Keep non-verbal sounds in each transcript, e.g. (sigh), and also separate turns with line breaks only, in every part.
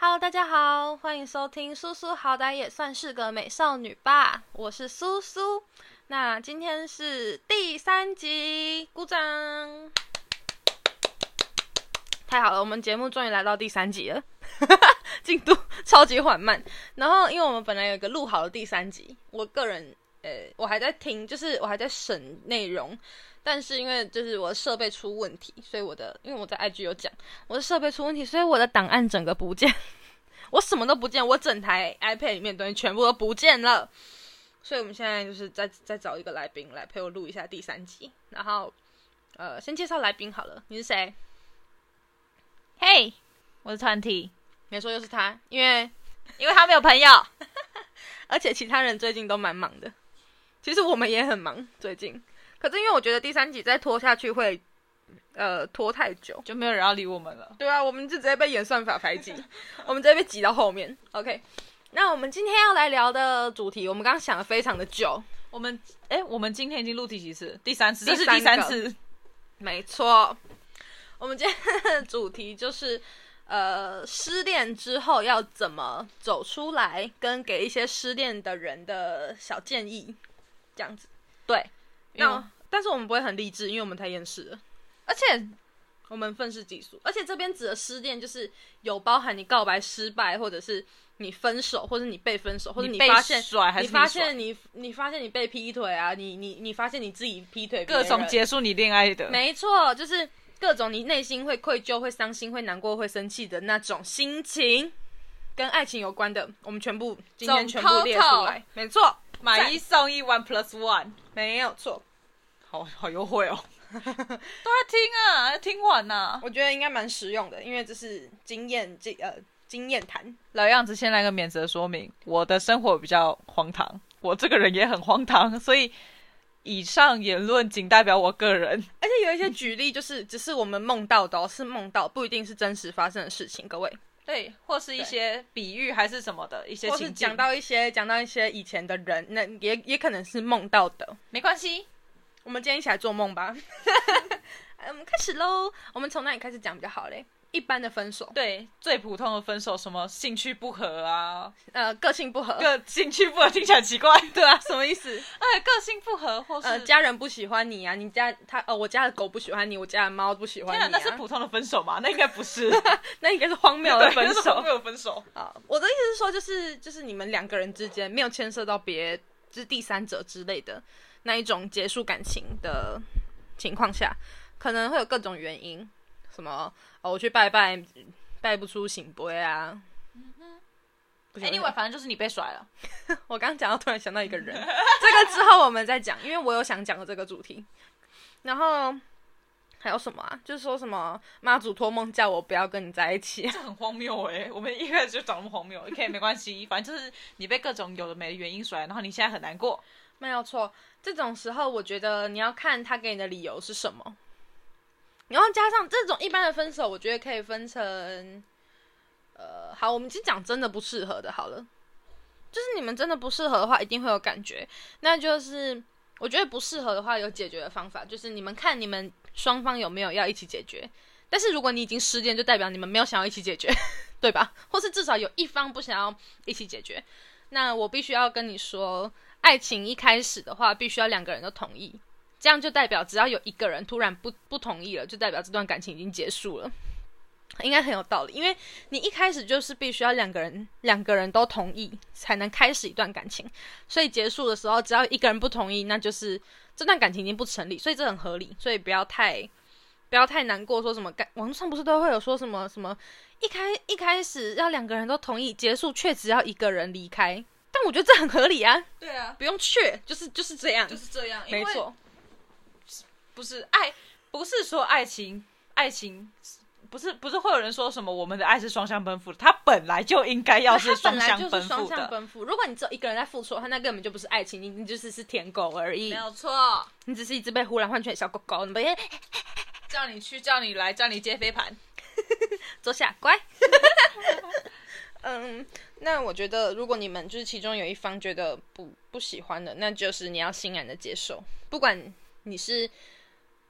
Hello，大家好，欢迎收听《苏苏好歹也算是个美少女吧》，我是苏苏。那今天是第三集，鼓掌！太好了，我们节目终于来到第三集了， (laughs) 进度超级缓慢。然后，因为我们本来有一个录好的第三集，我个人呃，我还在听，就是我还在审内容。但是因为就是我的设备出问题，所以我的因为我在 IG 有讲我的设备出问题，所以我的档案整个不见，我什么都不见，我整台 iPad 里面的东西全部都不见了。所以我们现在就是再再找一个来宾来陪我录一下第三集，然后呃，先介绍来宾好了，你是谁？
嘿、我是团体，
没错，就是他，因为
因为他没有朋友。
(laughs) 而且其他人最近都蛮忙的，其实我们也很忙最近，可是因为我觉得第三集再拖下去会呃拖太久，
就没有人要理我们了。
对啊，我们就直接被演算法排挤， (laughs) 我们直接被挤到后面。OK，那我们今天要来聊的主题，我们刚刚想了非常的久，
我们哎、我们今天已经录第几次？第三次，
第
这
三
是
个
第三次。
没错，我们今天的主题就是呃，失恋之后要怎么走出来，跟给一些失恋的人的小建议，这样子。
对，
那、
嗯
但是我们不会很励志，因为我们太厌世了。
而且
我们愤世嫉俗，而且这边指的失恋就是有包含你告白失败，或者是你分手，或者你被分手，或者
你被
发现
甩还
你
是
发
被甩
现你你发现你被劈腿啊，你你你发现你自己劈腿别
各
人，
种结束你恋爱的，
没错，就是各种你内心会愧疚、会伤心、会难过、会生气的那种心情，跟爱情有关的，我们全部今天
总
全部列出
total
来，没错，
买一送一，one plus one，
没有错，
好好优惠 (laughs) 哦。都要听啊，要听完呐、啊。
我觉得应该蛮实用的，因为这是经验这呃经验谈。
老样子，先来个免责说明。我的生活比较荒唐，我这个人也很荒唐，所以以上言论仅代表我个人。
而且有一些举例，就是只是我们梦到的、哦，是梦到，不一定是真实发生的事情。各位，
对，或是一些比喻还是什么的一些
或是
情
讲
景，
到一些讲到一些以前的人，那也也可能是梦到的。
没关系，
我们今天一起来做梦吧。 (laughs) 哎我们开始喽。我们从哪里开始讲比较好嘞？一般的分手，
对，最普通的分手，什么兴趣不合啊，
呃，个性不合，
(laughs) 个兴趣不合听起来奇怪， (laughs)
对啊，什么意思？
哎，个性不合或是、
呃，家人不喜欢你啊，你家他呃，我家的狗不喜欢你，我家的猫不喜欢
天
你、
哪，
啊，
那是普通的分手吗？ (laughs) 那应该不是，
那应该是荒
(laughs)
谬的分手
没。有分 (laughs) 手，
啊，我的意思是说，就是就是你们两个人之间没有牵涉到别就是第三者之类的那一种结束感情的情况下，可能会有各种原因，什么哦，我去拜拜拜不出醒杯啊。不行
Anyway，反正就是你被甩了，
我刚刚讲到，突然想到一个人，这个之后我们再讲，因为我有想讲的这个主题。然后还有什么啊？就是说什么妈祖托梦叫我不要跟你在一起，啊
这很荒谬哎、我们一开始就讲那么荒 (laughs) 谬，OK，没关系，反正就是你被各种有的没的原因甩，然后你现在很难过，
没有错，这种时候我觉得你要看他给你的理由是什么，然后加上这种一般的分手，我觉得可以分成，呃，好，我们先讲真的不适合的好了，就是你们真的不适合的话，一定会有感觉，那就是我觉得不适合的话有解决的方法，就是你们看你们双方有没有要一起解决，但是如果你已经失恋，就代表你们没有想要一起解决， (laughs) 对吧？或是至少有一方不想要一起解决，那我必须要跟你说。爱情一开始的话，必须要两个人都同意，这样就代表只要有一个人突然不不同意了，就代表这段感情已经结束了，应该很有道理。因为你一开始就是必须要两个人两个人都同意才能开始一段感情，所以结束的时候只要一个人不同意，那就是这段感情已经不成立，所以这很合理，所以不要太。不要太难过，说什么感网络上不是都会有说什么什么一开一开始要两个人都同意，结束却只要一个人离开，但我觉得这很合理啊，
对啊，
不用去，就是就是这样，
就是这样，
没，错，
不是爱，不是说爱情，爱情不是不是会有人说什么我们的爱是双向奔赴的，它本来就应该要是
本
双
来
向
就是
奔
双
赴
向
的，
奔赴。如果你只有一个人在付出的话，那根本就不是爱情，你你就是是舔狗而已，
错。
你只是一只被呼来唤去的小狗狗，你们哎
叫你去，叫你来，叫你接飞盘。
坐下，乖。 (laughs) 嗯，那我觉得，如果你们就是其中有一方觉得不不喜欢的，那就是你要欣然的接受，不管你是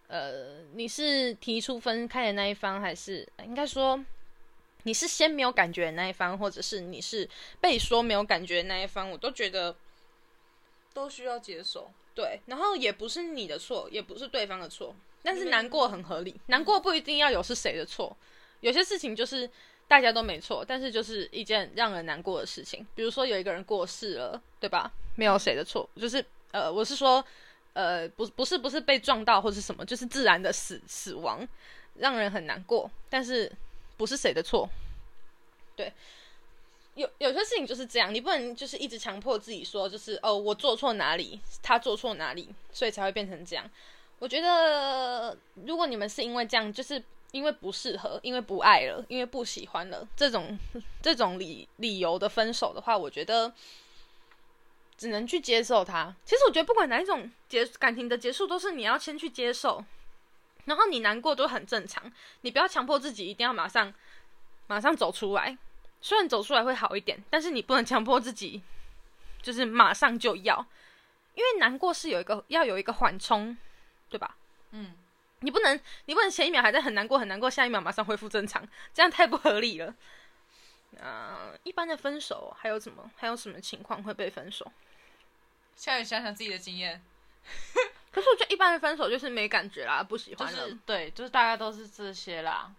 呃你是提出分开的那一方，还是应该说你是先没有感觉的那一方，或者是你是被说没有感觉的那一方，我都觉得
都需要接受。
对。然后也不是你的错，也不是对方的错，但是难过很合理，难过不一定要有是谁的错，有些事情就是大家都没错，但是就是一件让人难过的事情。比如说有一个人过世了，对吧？没有谁的错，就是呃，我是说。呃，不，不是，不是被撞到或是什么，就是自然的死死亡，让人很难过。但是不是谁的错？对，有有些事情就是这样，你不能就是一直强迫自己说，就是哦，我做错哪里，他做错哪里，所以才会变成这样。我觉得，如果你们是因为这样，就是因为不适合，因为不爱了，因为不喜欢了，这种 (laughs) 这种理理由的分手的话，我觉得。只能去接受它。其实我觉得，不管哪一种结感情的结束，都是你要先去接受，然后你难过都很正常，你不要强迫自己一定要马上马上走出来。虽然走出来会好一点，但是你不能强迫自己，就是马上就要，因为难过是有一个要有一个缓冲，对吧？
嗯，
你不能你不能前一秒还在很难过很难过，下一秒马上恢复正常，这样太不合理了。 (laughs) 啊、一般的分手还有什么？还有什么情况会被分手？
现在想想自己的经验，
可是我觉得一般的分手就是没感觉啦，不喜
就
欢了。
是对，就是大概都是这些啦。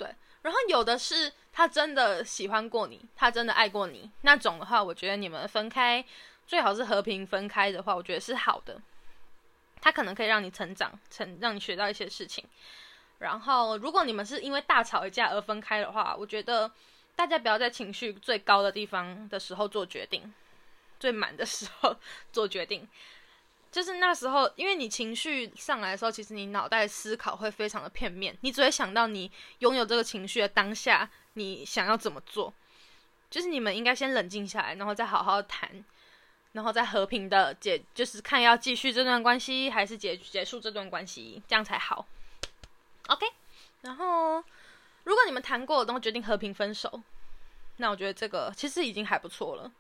然后有的是他真的喜欢过你，他真的爱过你那种的话，我觉得你们分开最好是和平分开的话，我觉得是好的。他可能可以让你成长，成让你学到一些事情。然后，如果你们是因为大吵一架而分开的话，我觉得大家不要在情绪最高的地方的时候做决定，最满的时候做决定。就是那时候，因为你情绪上来的时候，其实你脑袋思考会非常的片面，你只会想到你拥有这个情绪的当下，你想要怎么做？就是你们应该先冷静下来，然后再好好谈，然后再和平的解，就是看要继续这段关系还是结结束这段关系，这样才好。OK，然后如果你们谈过，然后决定和平分手，那我觉得这个其实已经还不错了。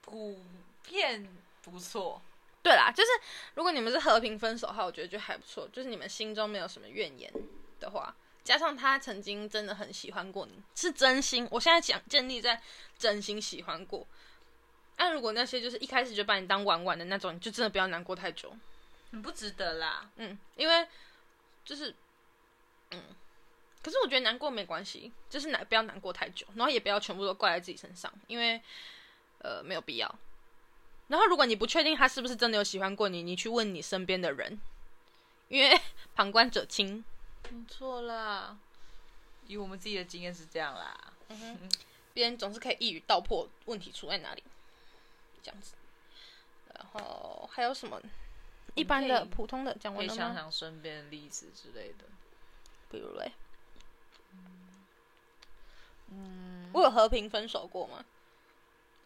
普遍不错，
对啦，就是如果你们是和平分手的话，我觉得就还不错。就是你们心中没有什么怨言的话，加上他曾经真的很喜欢过你，是真心。我现在讲建立在真心喜欢过。那如果那些就是一开始就把你当玩玩的那种，你就真的不要难过太久。
很不值得啦。
嗯，因为就是，嗯，可是我觉得难过没关系，就是难不要难过太久，然后也不要全部都怪在自己身上，因为呃没有必要。然后如果你不确定他是不是真的有喜欢过你，你去问你身边的人，因为 (laughs) 旁观者清。
没错啦，以我们自己的经验是这样啦。
别人总是可以一语道破问题出在哪里，这样子。然后还有什么一般
可
的
以
普通的讲
可
完
以
了
想
吗？
想身边的例子之类的。
比如嘞，嗯，我有和平分手过吗？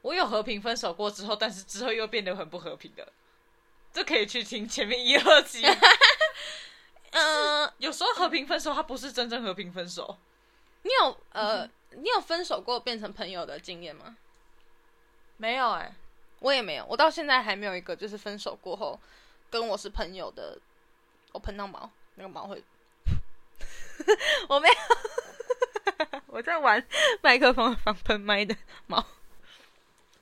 我有和平分手过之后，但是之后又变得很不和平的，这可以去听前面一二 (laughs) 集。
嗯、
有时候和平分手，它不是真正和平分手，
你有呃，你有分手过变成朋友的经验吗？
没有哎、
我也没有，我到现在还没有一个就是分手过后跟我是朋友的。我喷到毛，那个毛会， (laughs) 我没有， (laughs) 我在玩麦克风的防喷麦的毛。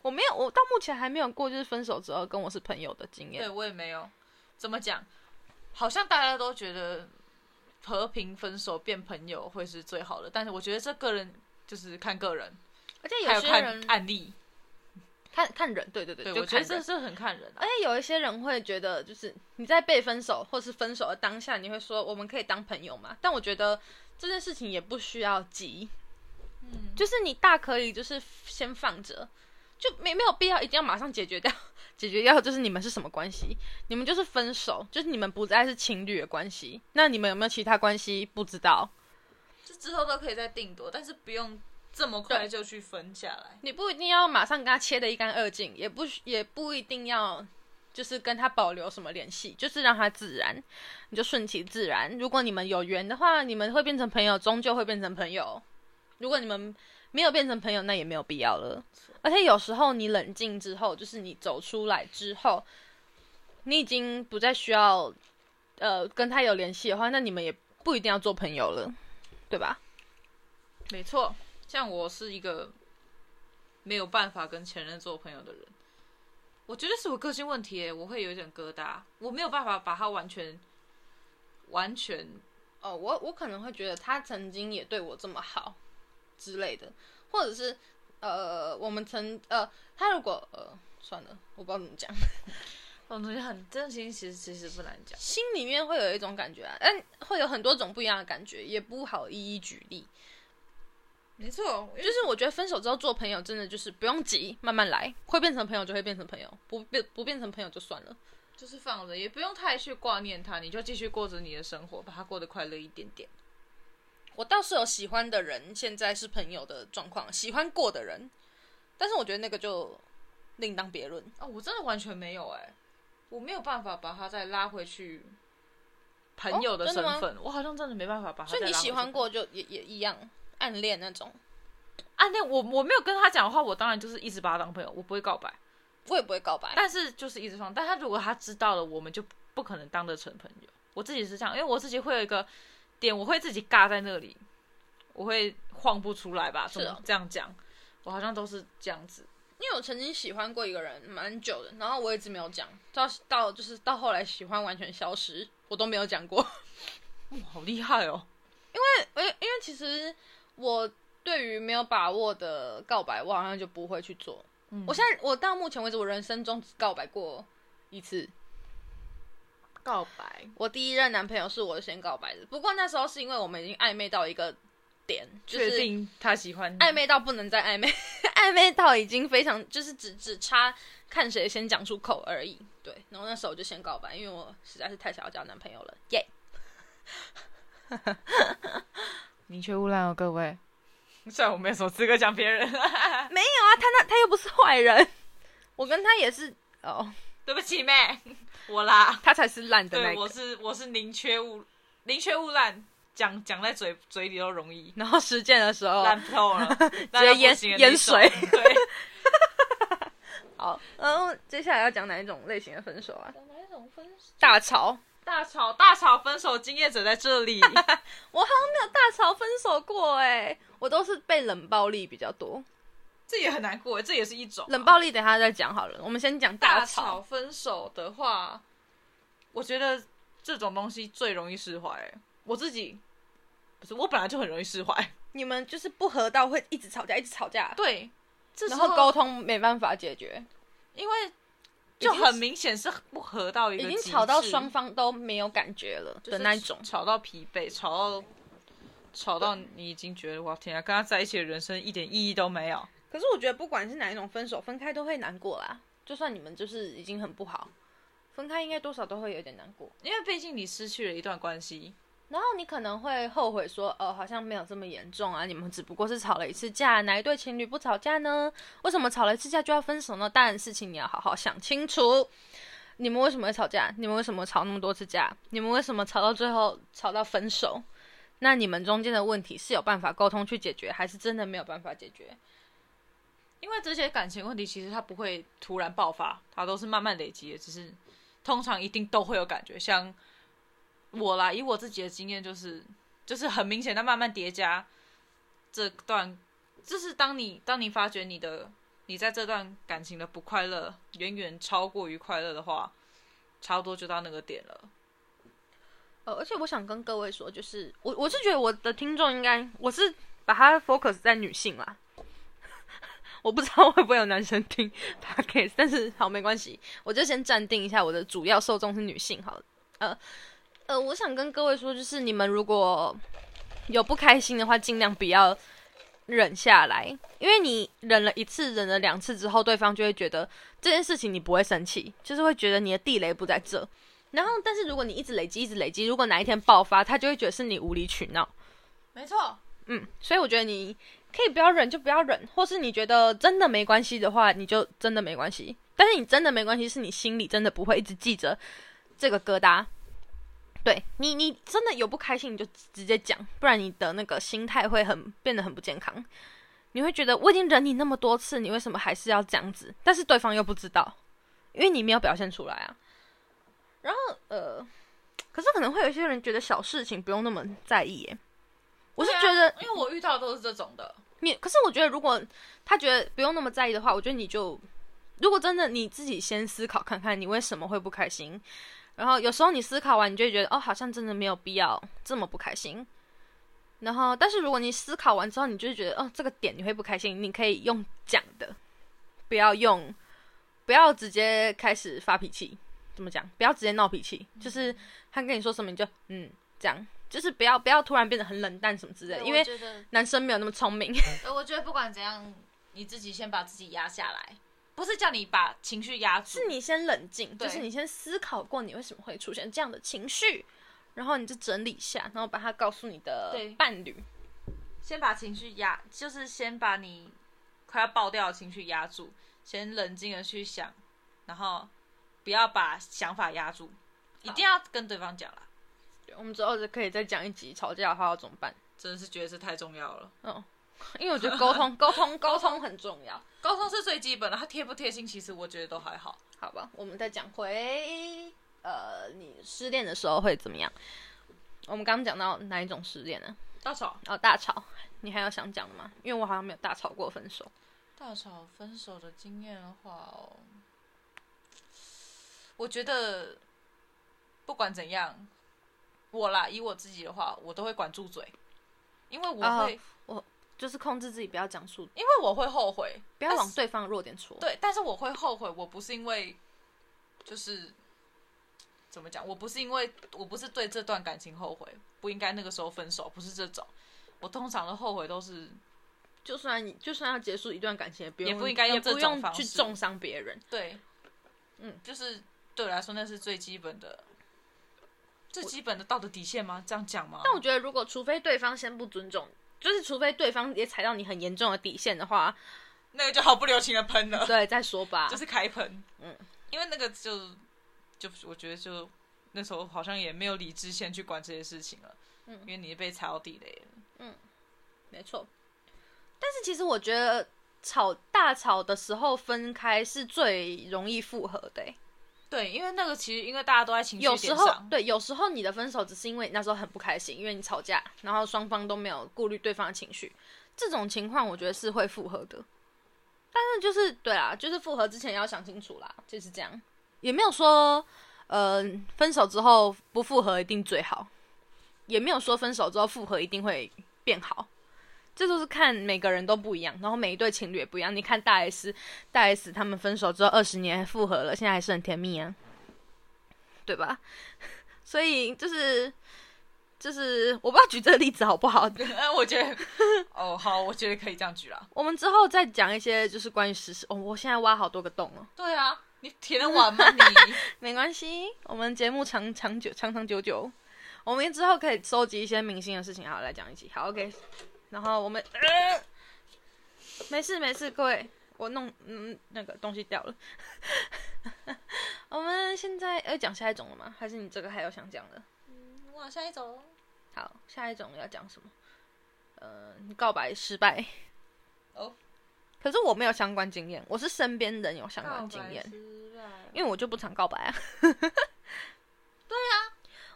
我没有，我到目前还没有过就是分手之后跟我是朋友的经验
对。我也没有。怎么讲？好像大家都觉得和平分手变朋友会是最好的，但是我觉得这个人就是看个人，
而且
还
有
有
些
看
人
案例。
看看人，对对对，
对，
就
我觉得
看人
这是很看人、啊
而。且有一些人会觉得，就是你在被分手或是分手的当下，你会说我们可以当朋友嘛？但我觉得这件事情也不需要急，
嗯，
就是你大可以就是先放着，就没没有必要一定要马上解决掉， (laughs) 解决掉就是你们是什么关系，你们就是分手，就是你们不再是情侣的关系。那你们有没有其他关系？不知道，
这之后都可以再定夺，但是不用这么快就去分下来。
你不一定要马上跟他切得一干二净，也不也不一定要就是跟他保留什么联系，就是让他自然，你就顺其自然。如果你们有缘的话，你们会变成朋友，终究会变成朋友。如果你们没有变成朋友，那也没有必要了。而且有时候你冷静之后，就是你走出来之后，你已经不再需要呃跟他有联系的话，那你们也不一定要做朋友了，对吧？没错，
像我是一个没有办法跟前任做朋友的人，我觉得是我个性问题耶，我会有一点疙瘩，我没有办法把他完全完全
哦，我我可能会觉得他曾经也对我这么好之类的，或者是呃，我们曾呃，他如果呃，算了，我不知道怎么讲，
这种东西哦很真心，其实其实不难讲。
心里面会有一种感觉啊，但会有很多种不一样的感觉，也不好一一举例。
没错，
就是我觉得分手之后做朋友，真的就是不用急，慢慢来，会变成朋友就会变成朋友，不变不变成朋友就算了。
就是放着，也不用太去挂念他，你就继续过着你的生活，把它过得快乐一点点。
我倒是有喜欢的人，现在是朋友的状况，喜欢过的人，但是我觉得那个就另当别论。
啊、我真的完全没有哎、我没有办法把他再拉回去朋
哦
友的
真
身
的吗
份，我好像真的没办法把他
所
再
以
拉回去朋友。
你喜欢过就也也一样，暗恋那种，
暗恋啊我，我没有跟他讲的话，我当然就是一直把他当朋友，我不会告白，
我也不会告白。
但是就是一直放。但他如果他知道了，我们就不可能当得成朋友。我自己是这样，因为我自己会有一个点，我会自己尬在那里，我会晃不出来吧？
是
怎
哦
么这样讲？我好像都是这样子。
因为我曾经喜欢过一个人蛮久的，然后我一直没有讲，到到就是到后来喜欢完全消失，我都没有讲过。 (laughs)
哇，好厉害哦！
因为因为其实我对于没有把握的告白，我好像就不会去做。
嗯
我现在我到目前为止，我人生中只告白过一次。
告白，
我第一任男朋友是我先告白的，不过那时候是因为我们已经暧昧到一个点，就
确
是
定他喜欢你
暧昧到不能再暧昧， (laughs) 暧昧到已经非常就是只只差看谁先讲出口而已。对，然后那时候我就先告白，因为我实在是太想要交男朋友了，耶、
宁缺毋滥哦，各位。虽然我没有什么资格讲别人，啊
那啊他又不是坏人，我跟他也是哦，
对不起妹， (laughs) 我啦。
他才是烂的那
对，
个
我。是我是宁缺毋宁缺毋滥，讲讲在嘴嘴里都容易
然后实践的时候，
烂透 (laughs) 了，哦直
接淹淹水。
对，
好，然后嗯接下来要讲哪一种类型的分手啊？
讲哪一种分手？
大吵，
大吵大吵，分手经验者在这 (laughs) 里。
我好像没有大吵分手过哎、我都是被冷暴力比较多。
这也很难过，这也是一种
冷暴力等一下再讲好了，我们先讲
大
吵
吵分手的话，我觉得这种东西最容易释怀、我自己不是，我本来就很容易释怀。
你们就是不合到会一直吵架，一直吵架，
对，这时
然
候
后沟通没办法解决，
因为
已经
就很明显是不合到一个
已
极致，
经吵到双方都没有感觉了的那一种。
吵到疲惫，吵到吵到你已经觉得哇天啊，跟他在一起的人生一点意义都没有。
可是我觉得不管是哪一种分手，分开都会难过啦。就算你们就是已经很不好，分开应该多少都会有点难过。
因为毕竟你失去了一段关系，
然后你可能会后悔说，哦，好像没有这么严重啊，你们只不过是吵了一次架，哪一对情侣不吵架呢？为什么吵了一次架就要分手呢？当然事情你要好好想清楚，你们为什么会吵架？你们为什么吵那么多次架？你们为什么吵到最后吵到分手？那你们中间的问题是有办法沟通去解决，还是真的没有办法解决？
因为这些感情问题其实它不会突然爆发，它都是慢慢累积的，只是通常一定都会有感觉。像我啦，以我自己的经验，就是就是很明显的慢慢叠加这段，就是当你当你发觉你的你在这段感情的不快乐远远超过于快乐的话，差不多就到那个点了。
呃，而且我想跟各位说，就是我我是觉得我的听众应该，我是把它 focus 在女性啦。 (laughs) 我不知道会不会有男生听 podcast，但是好没关系，我就先暂定一下我的主要受众是女性好了。呃呃，我想跟各位说，就是你们如果有不开心的话，尽量不要忍下来，因为你忍了一次、忍了两次之后，对方就会觉得这件事情你不会生气，就是会觉得你的地雷不在这。然后，但是如果你一直累积，一直累积，如果哪一天爆发，他就会觉得是你无理取闹。
没错，
嗯，所以我觉得你可以不要忍就不要忍，或是你觉得真的没关系的话，你就真的没关系。但是你真的没关系，是你心里真的不会一直记着这个疙瘩。对你，你真的有不开心，你就直接讲，不然你的那个心态会很变得很不健康。你会觉得我已经忍你那么多次，你为什么还是要这样子？但是对方又不知道，因为你没有表现出来啊。然后呃，可是可能会有一些人觉得小事情不用那么在意耶，我是
对啊
觉得
因为我遇到的都是这种的，
你，可是我觉得如果他觉得不用那么在意的话，我觉得你就如果真的你自己先思考看看你为什么会不开心，然后有时候你思考完，你就会觉得哦，好像真的没有必要这么不开心。然后，但是如果你思考完之后，你就会觉得哦，这个点你会不开心，你可以用讲的，不要用，不要直接开始发脾气。怎么讲？不要直接闹脾气，就是他跟你说什么你就嗯这样，就是不要不要突然变得很冷淡什么之类的，因为
我觉得，
男生没有那么聪明。
呃我觉得不管怎样，你自己先把自己压下来，不是叫你把情绪压住，
是你先冷静，就
对
是你先思考过你为什么会出现这样的情绪，然后你就整理一下，然后把它告诉你的
对
伴侣。
先把情绪压，就是先把你快要爆掉的情绪压住，先冷静的去想，然后不要把想法压住，一定要跟对方讲啦。
我们之后就可以再讲一集吵架的话要怎么办，
真的是觉得这太重要了，
因为我觉得沟通、
(laughs)
沟通、沟通很重要，
沟通是最基本的，他贴不贴心，其实我觉得都还好。
好吧？我们再讲回呃，你失恋的时候会怎么样？我们刚刚讲到哪一种失恋呢？
大吵，
哦，大吵，你还有想讲的吗？因为我好像没有大吵过分手。
大吵分手的经验的话哦，我觉得不管怎样，我啦，以我自己的话，我都会管住嘴，因为我
哦
会，
就是控制自己不要讲出，
因为我会后悔，
不要
但
往
是
对方的弱点戳。
对，但是我会后悔，我不是因为就是怎么讲，我不是因为我不是对这段感情后悔，不应该那个时候分手，不是这种。我通常的后悔都是
就算你就算要结束一段感情，也不用
也不应该用
也不
这种
用
方式
去重伤别人。
对，
嗯，
就是对我来说那是最基本的，最基本的道德底线吗？这样讲吗？
但我觉得，如果除非对方先不尊重，就是除非对方也踩到你很严重的底线的
(laughs)
话，
那个就毫不留情的喷了，
对，再说吧
就。是开喷。
啊嗯，
因为那个就就我觉得就那时候好像也没有理智线去管这些事情了，
嗯
因为你被踩到地雷了。
没错。但是其实我觉得吵大吵的时候分开是最容易复合的欸、
对，因为那个其实因为大家都在情绪
有
点
时候
上，
对，有时候你的分手只是因为你那时候很不开心，因为你吵架，然后双方都没有顾虑对方的情绪，这种情况我觉得是会复合的。但是就是对啦，就是复合之前要想清楚啦，就是这样，也没有说呃分手之后不复合一定最好，也没有说分手之后复合一定会变好。这都是看每个人都不一样，然后每一对情侣也不一样。你看大 S，大 S 他们分手之后二十年复合了，现在还是很甜蜜啊，对吧？所以就是就是，我不知道举这个例子好不好。 (laughs)
(laughs) 哎，我觉得哦好，我觉得可以这样举啦。
我们之后再讲一些就是关于时事。哦，我现在挖好多个洞哦，
对啊，你填得完吗？ (laughs) 你
没关系，我们节目长长久长长久久，我们之后可以收集一些明星的事情，好来讲一集。好，OK。然后我们、呃没事没事，各位，我弄嗯那个东西掉了。 (laughs) 我们现在要讲下一种了吗？还是你这个还有想讲的？
往嗯下一种，
好，下一种要讲什么？呃，告白失败。
哦。
可是我没有相关经验，我是身边人有相关经验，
验。
因为我就不常告白
(laughs)
啊。对啊，
啊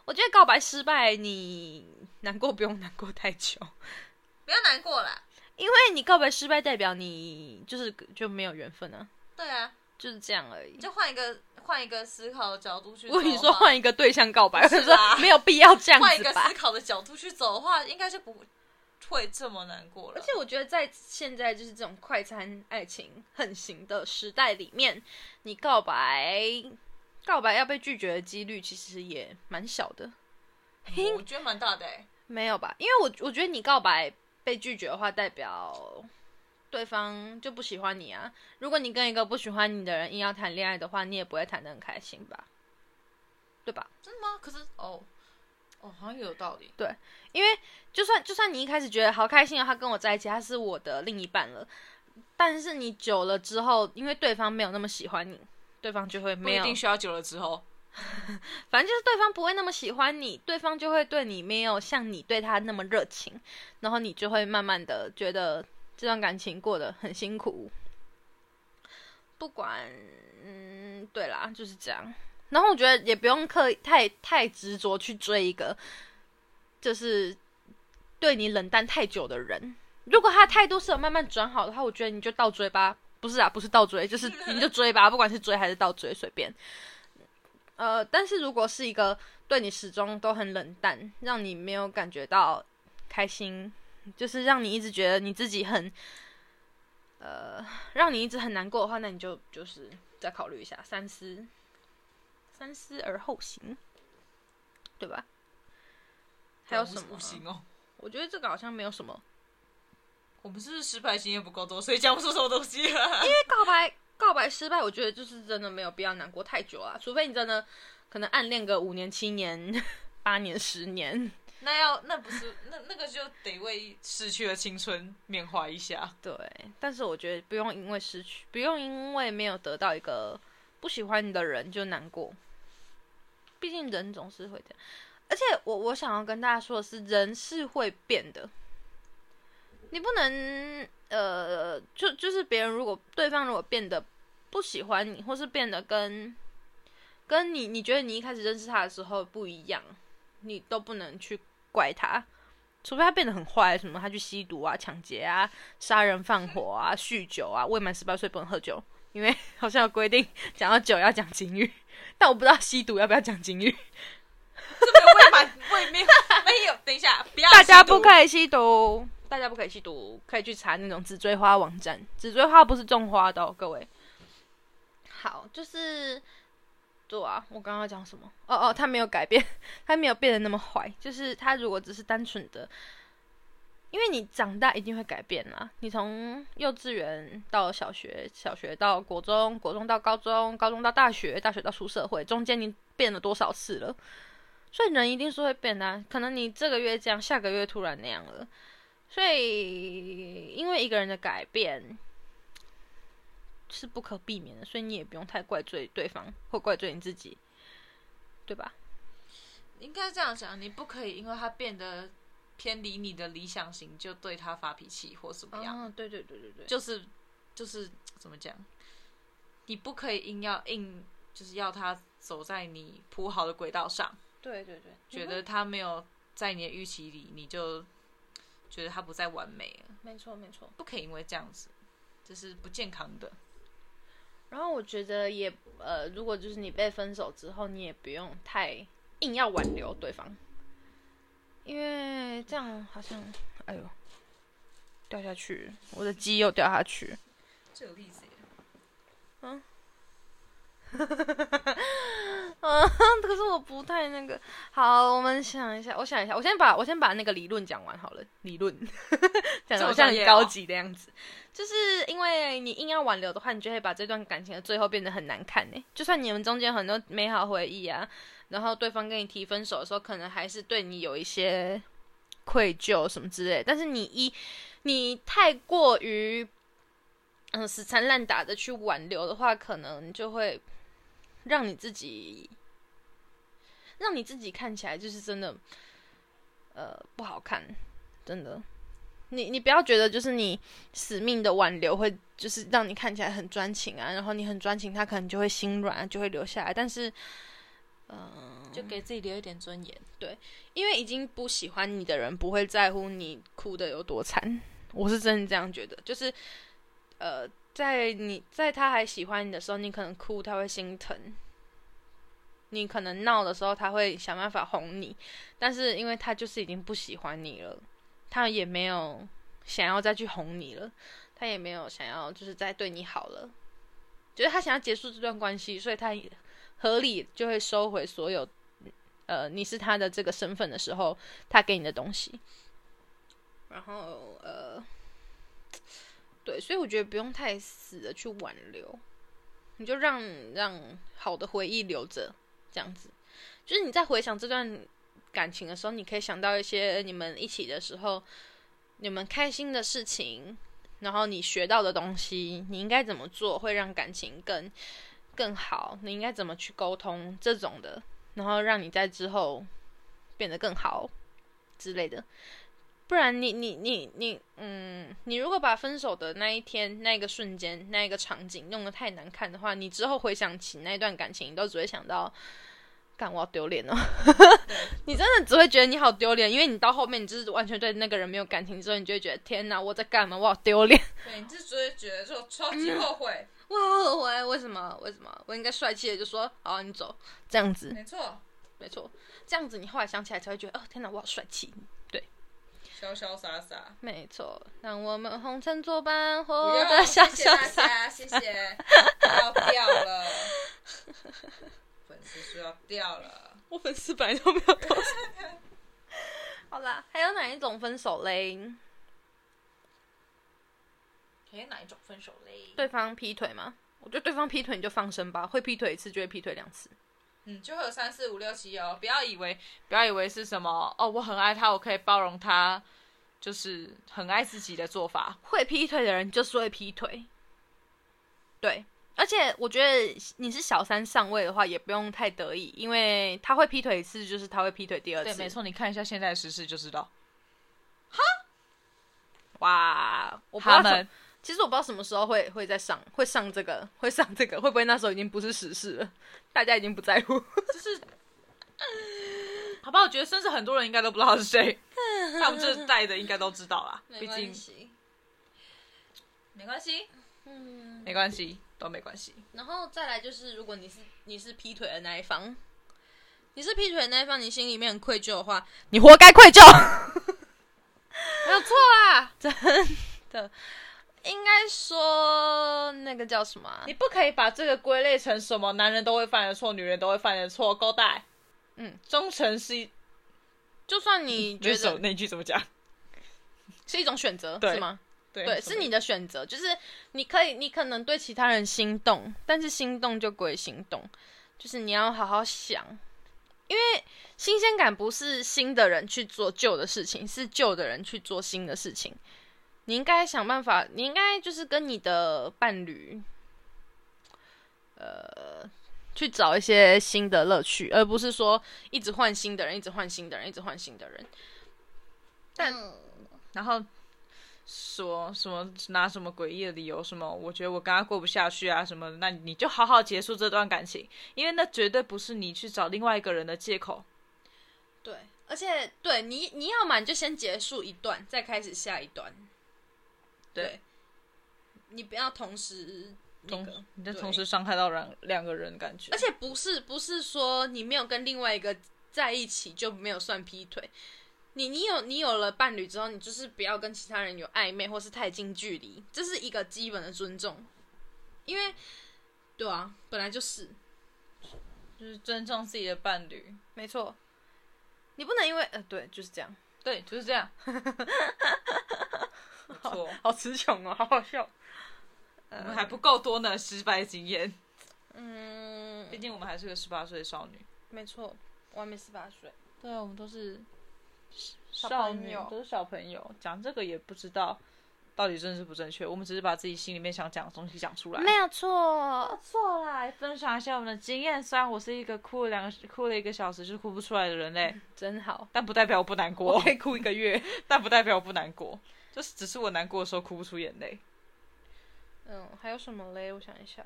我觉得告白失败，你难过不用难过太久，
不要难过啦。
因为你告白失败代表你就是就没有缘分啊，
对啊，
就是这样而已
你。就换一个换一个思考的角度去
如果你
走
说
的话
换一个对象告白，我
不是
就说
啦
没有必要这样
换一
子
个
吧
思。考的角度去走的话，应该就不会这么难过
而
了
且。我觉得在现在就是这种快餐爱情横行的时代里面，你告白告白要被拒绝的几率其实也蛮小的，
嗯我觉得蛮大的欸
没有吧？因为我我觉得你告白被拒绝的话，代表对方就不喜欢你啊。如果你跟一个不喜欢你的人硬要谈恋爱的话，你也不会谈得很开心吧？对吧？
真的吗？可是哦哦，好像有道
(laughs)
理。
因为就算就算你一开始觉得好开心啊，他跟我在一起，他是我的另一半了，但是你久了之后，因为对方没有那么喜欢你，对方就会没有
不一，定需要久了之后，
反正就是对方不会那么喜欢你，对方就会对你没有像你对他那么热情，然后你就会慢慢的觉得这段感情过得很辛苦。不管，嗯，对啦，就是这样。然后我觉得也不用刻意太太执着去追一个，就是对你冷淡太久的人，如果他的态度是有慢慢转好的话，我觉得你就倒追吧。不是啊，不是倒追， (laughs) 就是你就追吧，不管是追还是倒追，随便。呃，但是如果是一个对你始终都很冷淡，让你没有感觉到开心，就是让你一直觉得你自己很，呃，让你一直很难过的话，那你就就是再考虑一下，三思，三思而后行，对吧？还有
我们
什么
五？星哦？
我觉得这个好像没有什么，
我们是不是失败经验不够多，所以讲不出什么东西啊。
因为告白告白失败，我觉得就是真的没有必要难过太久啊，除非你真的可能暗恋个五年、七年、 (laughs) 八年、十年，
那要那不是那那个就 (laughs) 得为逝去的青春缅怀一下。
对。但是我觉得不用因为失去，不用因为没有得到一个不喜欢你的人就难过，毕竟人总是会这样。而且我我想要跟大家说的是，人是会变的，你不能呃，就就是别人如果对方如果变得不喜欢你，或是变得跟跟你你觉得你一开始认识他的时候不一样，你都不能去怪他，除非他变得很坏，什么他去吸毒啊、抢劫啊、杀人放火啊、酗酒啊，未满十八岁不能喝酒，因为好像有规定讲到酒要讲警语，但我不知道吸毒要不要讲警语，
这没有未满未没有 (laughs) 没有，等一下，不要
大家不
看。
可以吸毒。大家不可以吸毒，可以去查那种紫锥花网站。紫锥花不是种花的、哦，各位。好，就是，对啊，我刚刚讲什么？哦哦，他没有改变， (laughs) 他没有变得那么坏。就是他如果只是单纯的，因为你长大一定会改变啦。你从幼稚园到小学，小学到国中，国中到高中，高中到大学，大学到出社会，中间你变了多少次了？所以人一定是会变的啊、可能你这个月这样，下个月突然那样了。所以，因为一个人的改变是不可避免的，所以你也不用太怪罪对方或怪罪你自己，对吧？
应该这样想，你不可以因为他变得偏离你的理想型，就对他发脾气或怎么样。
嗯，对对对对对，
就是就是怎么讲，你不可以硬要硬，就是要他走在你铺好的轨道上，
对对对，
觉得他没有在你的预期里，你就觉得他不再完美了。
没错没错。
不可以因为这样子，这是不健康的。
然后我觉得也呃，如果就是你被分手之后，你也不用太硬要挽留对方，因为这样好像，哎呦，掉下去，我的鸡又掉下去。
这有例子耶，
(laughs) 嗯，可是我不太那个。好，我们想一下，我想一下，我先把我先把那个理论讲完好了。理论讲的好像很高级的样子，就是因为你硬要挽留的话，你就会把这段感情的最后变得很难看呢。就算你们中间很多美好回忆啊，然后对方跟你提分手的时候，可能还是对你有一些愧疚什么之类的，但是你一你太过于嗯死缠烂打的去挽留的话，可能就会让你自己让你自己看起来就是真的，呃，不好看，真的。你你不要觉得就是你死命的挽留会就是让你看起来很专情啊，然后你很专情，他可能就会心软啊，就会留下来。但是，嗯、
就给自己留一点尊严。
因为已经不喜欢你的人不会在乎你哭的有多惨，我是真的这样觉得。就是，呃，在你在他还喜欢你的时候，你可能哭他会心疼，你可能闹的时候他会想办法哄你，但是因为他就是已经不喜欢你了，他也没有想要再去哄你了，他也没有想要就是再对你好了，觉得他想要结束这段关系，所以他也合理就会收回所有呃你是他的这个身份的时候，他给你的东西。然后呃，对，所以我觉得不用太死的去挽留，你就让让好的回忆留着，这样子。就是你在回想这段感情的时候，你可以想到一些你们一起的时候，你们开心的事情，然后你学到的东西，你应该怎么做会让感情更更好？你应该怎么去沟通这种的，然后让你在之后变得更好之类的。不然你你你你，嗯，你如果把分手的那一天、那个瞬间、那个场景弄得太难看的话，你之后回想起那段感情，你都只会想到干我好丢脸哦！ (laughs) 你真的只会觉得你好丢脸，因为你到后面你就是完全对那个人没有感情之后，你就会觉得天哪，我在干嘛？我好丢脸， (laughs)
对，你就只会觉得说超级后 (laughs) 悔，
我好后悔，为什么？为什么？我应该帅气的就说好，你走，这样子，
没错，
没错，这样子你后来想起来才会觉得哦，天哪，我好帅气，
潇潇洒洒。
没错，让我们红尘作伴，活
不要
得潇
谢谢大
潇洒。
家，谢谢，要掉 (laughs) 了，粉丝数要掉了。
(laughs) 我粉丝本来就没有多少。好啦，还有哪一种分手嘞？
可以哪一种分手嘞？
对方劈腿吗？我觉得对方劈腿你就放生吧，会劈腿一次就会劈腿两次。
嗯，就会有三四五六七哦，不要以为不要以为是什么哦，我很爱他，我可以包容他，就是很爱自己的做法。
会劈腿的人就是会劈腿。对，而且我觉得你是小三上位的话，也不用太得意，因为他会劈腿一次，就是他会劈腿第二次。
对，没。错，你看一下现在的时事就知道，
哇，我不知
他
道什
们
其实我不知道什么时候会会再上，会上这个，会上这个，会不会那时候已经不是时事了？ (laughs) 大家已经不在乎。
就是，好吧，我觉得甚至很多人应该都不知道是 (laughs) 谁，他们这代的应该都知道啦，毕竟
系，
没关系，
嗯，
没关系，都没关系。
然后再来就是，如果你是你是劈腿的那一方，你是劈腿的那一方，你心里面很愧疚的话，你活该愧 (laughs) 疚。
没有错
啊 (laughs)
啦，
应该说那个叫什么啊、
你不可以把这个归类成什么男人都会犯的错，女人都会犯的错，勾带。
嗯，
忠诚是一
就算你觉
那首
得
那句怎么讲？
是一种选择，
对
是吗？
对
对，是你的选择，就是你可以，你可能对其他人心动，但是心动就归心动，就是你要好好想，因为新鲜感不是新的人去做旧的事情，是旧的人去做新的事情。你应该想办法，你应该就是跟你的伴侣，呃，去找一些新的乐趣，而不是说一直换新的人，一直换新的人，一直换新的人。但
然后说什么拿什么诡异的理由，什么我觉得我跟他过不下去啊，什么的那你就好好结束这段感情，因为那绝对不是你去找另外一个人的借口。
对，而且对你，你要嘛你就先结束一段，再开始下一段。
对
你不要同时那
同
个，
你在
对
同时伤害到两两个人，感觉
而且不是不是说你没有跟另外一个在一起就没有算劈腿。你你有你有了伴侣之后，你就是不要跟其他人有暧昧或是太近距离，这是一个基本的尊重。因为，对啊，本来就是
就是尊重自己的伴侣。
没错，你不能因为呃对就是这样，
(laughs) 对，就是 (laughs) 这样。不错，
好词穷哦，好好笑。
(laughs) 我们还不够多呢，失败经验。
嗯
毕，竟我们还是个十八岁的少女。
没错，我还没十八岁。
对啊，我们都是少
少
女
女，
都是小朋友，讲这个也不知道到底正是不正确。我们只是把自己心里面想讲的东西讲出来。
有错，
错啦，分享一下我们的经验。虽然我是一个哭了两个哭了一个小时就哭不出来的人类，
真好，
但不代表我不难
我
过
可，以哭一个月。
(laughs) 但不代表我不难过，就是只是我难过的时候哭不出眼泪。
嗯，还有什么嘞？我想一下，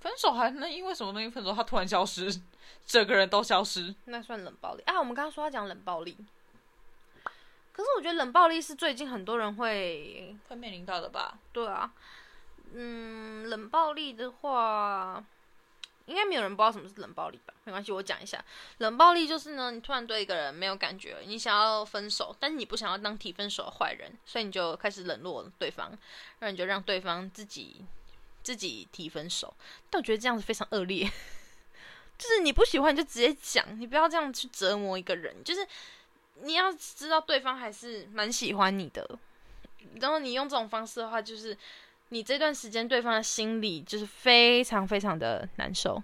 分手还能因为什么东西分手？他突然消失，整个人都消失。
那算冷暴力啊？我们刚刚说要讲冷暴力，可是我觉得冷暴力是最近很多人会，
会面临到的吧？
对啊，嗯，冷暴力的话。应该没有人不知道什么是冷暴力吧？没关系，我讲一下。冷暴力就是呢，你突然对一个人没有感觉，你想要分手，但是你不想要当提分手的坏人，所以你就开始冷落对方，然后你就让对方自己自己提分手。但我觉得这样子非常恶劣， (laughs) 就是你不喜欢你就直接讲，你不要这样去折磨一个人。就是你要知道对方还是蛮喜欢你的，然后你用这种方式的话，就是你这段时间对方的心里就是非常非常的难受。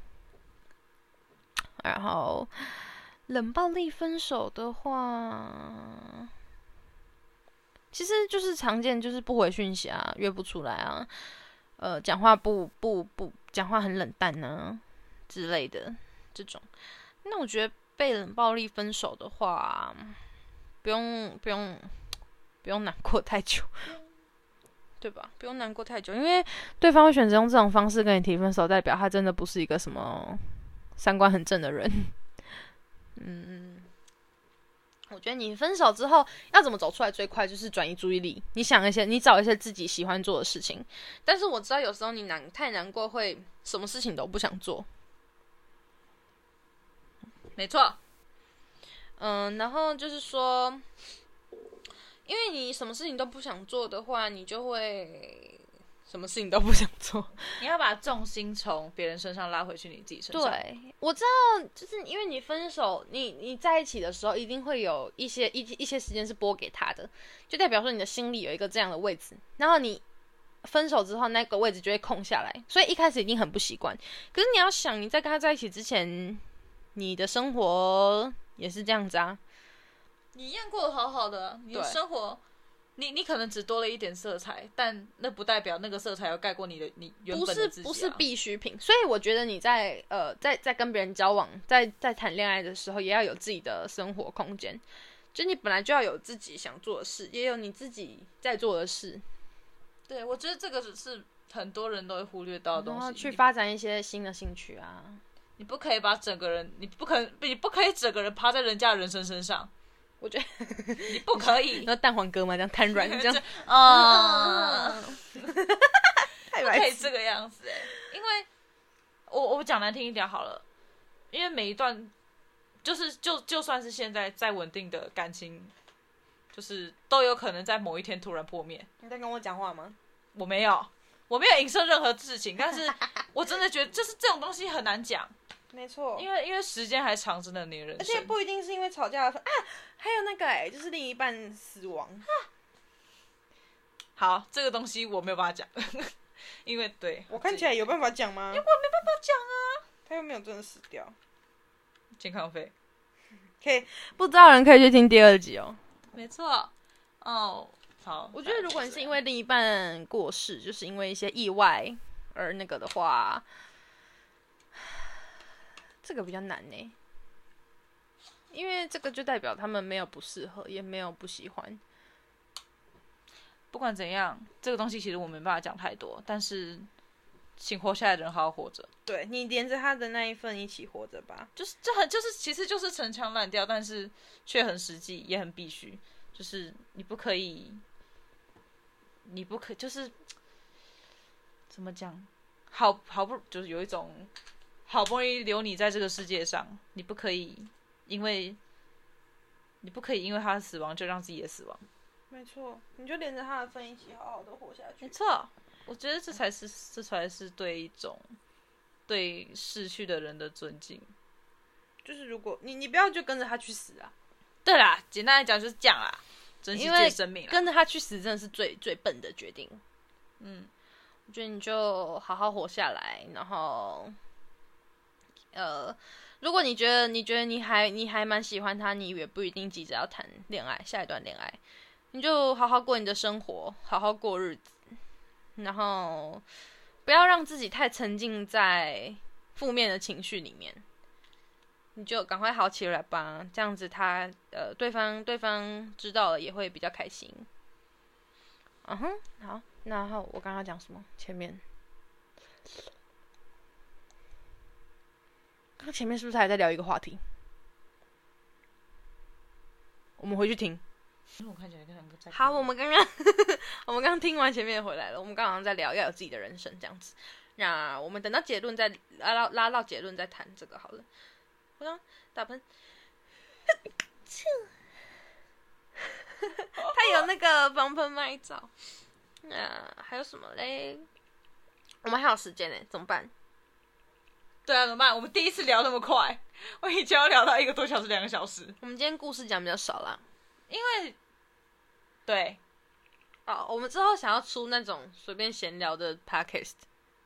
然后冷暴力分手的话，其实就是常见，就是不回讯息啊，约不出来啊，呃，讲话不不不，讲话很冷淡呢、之类的这种。那我觉得被冷暴力分手的话，嗯不用不用不用难过太久，对吧？不用难过太久，因为对方会选择用这种方式跟你提分手，代表他真的不是一个什么三观很正的人。嗯，我觉得你分手之后要怎么走出来最快，就是转移注意力。你想一些，你找一些自己喜欢做的事情。但是我知道有时候你难太难过，会什么事情都不想做。
没错，
嗯，然后就是说，因为你什么事情都不想做的话，你就会什么事情都不想做。
你要把重心从别人身上拉回去你自己身上。，
对，我知道，就是因为你分手，你你在一起的时候，一定会有一些一一些时间是拨给他的，就代表说你的心里有一个这样的位置，然后你分手之后，那个位置就会空下来，所以一开始一定很不习惯。可是你要想，你在跟他在一起之前，你的生活也是这样子啊，
你一样过得好好的啊，你的
对
生活，你你可能只多了一点色彩，但那不代表那个色彩要盖过你的你原
不
本
是
的自己、啊。
不是必需品。所以我觉得你在呃在在跟别人交往，在在谈恋爱的时候，也要有自己的生活空间。就你本来就要有自己想做的事，也有你自己在做的事，
对，我觉得这个只是很多人都会忽略到的
然后
东西。
去
你
发展一些新的兴趣啊。
你不可以把整个人，你不可你不可以整个人趴在人家的人生身上。
我觉得
(laughs) 你不可以
(laughs) 那蛋黄哥嘛，这样瘫 (laughs) 软，这样嗯
啊，
太
不可
白
以
痴。
这个样子、欸。因为我我讲难听一点好了，因为每一段就是就就算是现在再稳定的感情，就是都有可能在某一天突然破灭。
你在跟我讲话吗？
我没有，我没有影射任何事情，
(laughs)
但是我真的觉得就是这种东西很难讲，
没错
因为因为时间还长着呢，你的人生。
一定是因为吵架的啊，还有那个哎、就是另一半死亡。
好，这个东西我没有办法讲， (laughs) 因为对来
来有办法讲吗？因为我没办法讲啊，他又没有真的死掉。
健康费，
可以，不知道的人可以去听第二集哦。
没错。哦，好，
我觉得如果你是因
为
为另一半过世，就是因为一些意外而那个的话，这个比较难呢，因为这个就代表他们没有不适合，也没有不喜欢。
不管怎样，这个东西其实我没办法讲太多，但是请活下来的人好好活着，
对你连着他的那一份一起活着吧。
就是这很就是其实就是陈腔滥调，但是却很实际，也很必须，就是你不可以，你不可就是怎么讲，好好不就是有一种好不容易留你在这个世界上，你不可以因为你不可以因为他的死亡就让自己也死亡，
没错，你就连着他的份一起好好的活下
没。错，我觉得这才是这才是对一种对逝去的人的尊敬。
就是如果你你不要就跟着他去死啊，
对啦，简单来讲就是这样啦，珍惜
因
自己
为
的生命啦。
跟着他去死真的是最最笨的决定。
嗯，
我觉得你就好好活下来，然后，呃，如果你觉得你觉得你还你还蛮喜欢他，你也不一定急着要谈恋爱，下一段恋爱，你就好好过你的生活，好好过日子，然后不要让自己太沉浸在负面的情绪里面，你就赶快好起来吧，这样子他呃对方对方知道了也会比较开心。嗯哼，好，然后我刚刚讲什么？前面，刚前面是不是还在聊一个话题？我们回去听。
因为我看起来跟两个在
好，我们刚刚 (laughs) 我们刚听完前面回来了，我们刚刚在聊要有自己的人生这样子。那我们等到结论再拉到拉到结论再谈这个好啊了。我刚打喷， (laughs) 他有那个防喷麦罩。那还有什么嘞？我们还有时间呢，怎么办？
对啊，怎么办？我们第一次聊那么快，我以前要聊到一个多小时、两个小时。
我们今天故事讲比较少啦。
对，
哦，我们之后想要出那种随便闲聊的 podcast，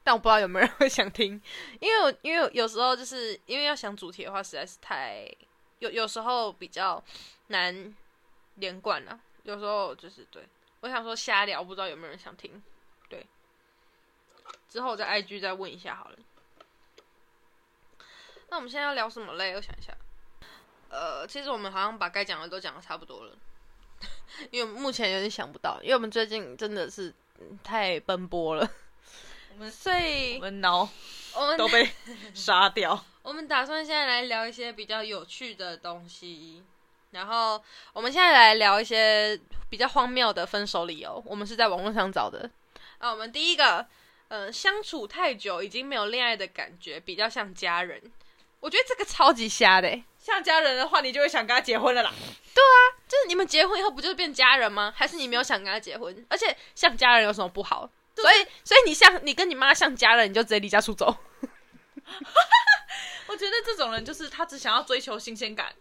但我不知道有没有人会想听，因为我因为有时候就是因为要想主题的话，实在是太有有时候比较难连贯了、有时候就是对我想说瞎聊，不知道有没有人想听，对，之后我在 IG 再问一下好了。那我们现在要聊什么嘞？我想一下，呃，其实我们好像把该讲的都讲的差不多了。 (laughs) 因为目前有点想不到，因为我们最近真的是嗯太奔波了，
我们
所以
我们脑
我们
(laughs) 都被杀掉。
我们打算现在来聊一些比较有趣的东西，然后我们现在来聊一些比较荒谬的分手理由，我们是在网络上找的。啊，我们第一个，呃，相处太久已经没有恋爱的感觉，比较像家人。我觉得这个超级瞎的、欸，
像家人的话，你就会想跟他结婚了啦。
就是你们结婚以后不就是变家人吗？还是你没有想跟他结婚？而且像家人有什么不好？所以，所以你像你跟你妈像家人，你就直接离家出走。
我觉得这种人就是他只想要追求新鲜感，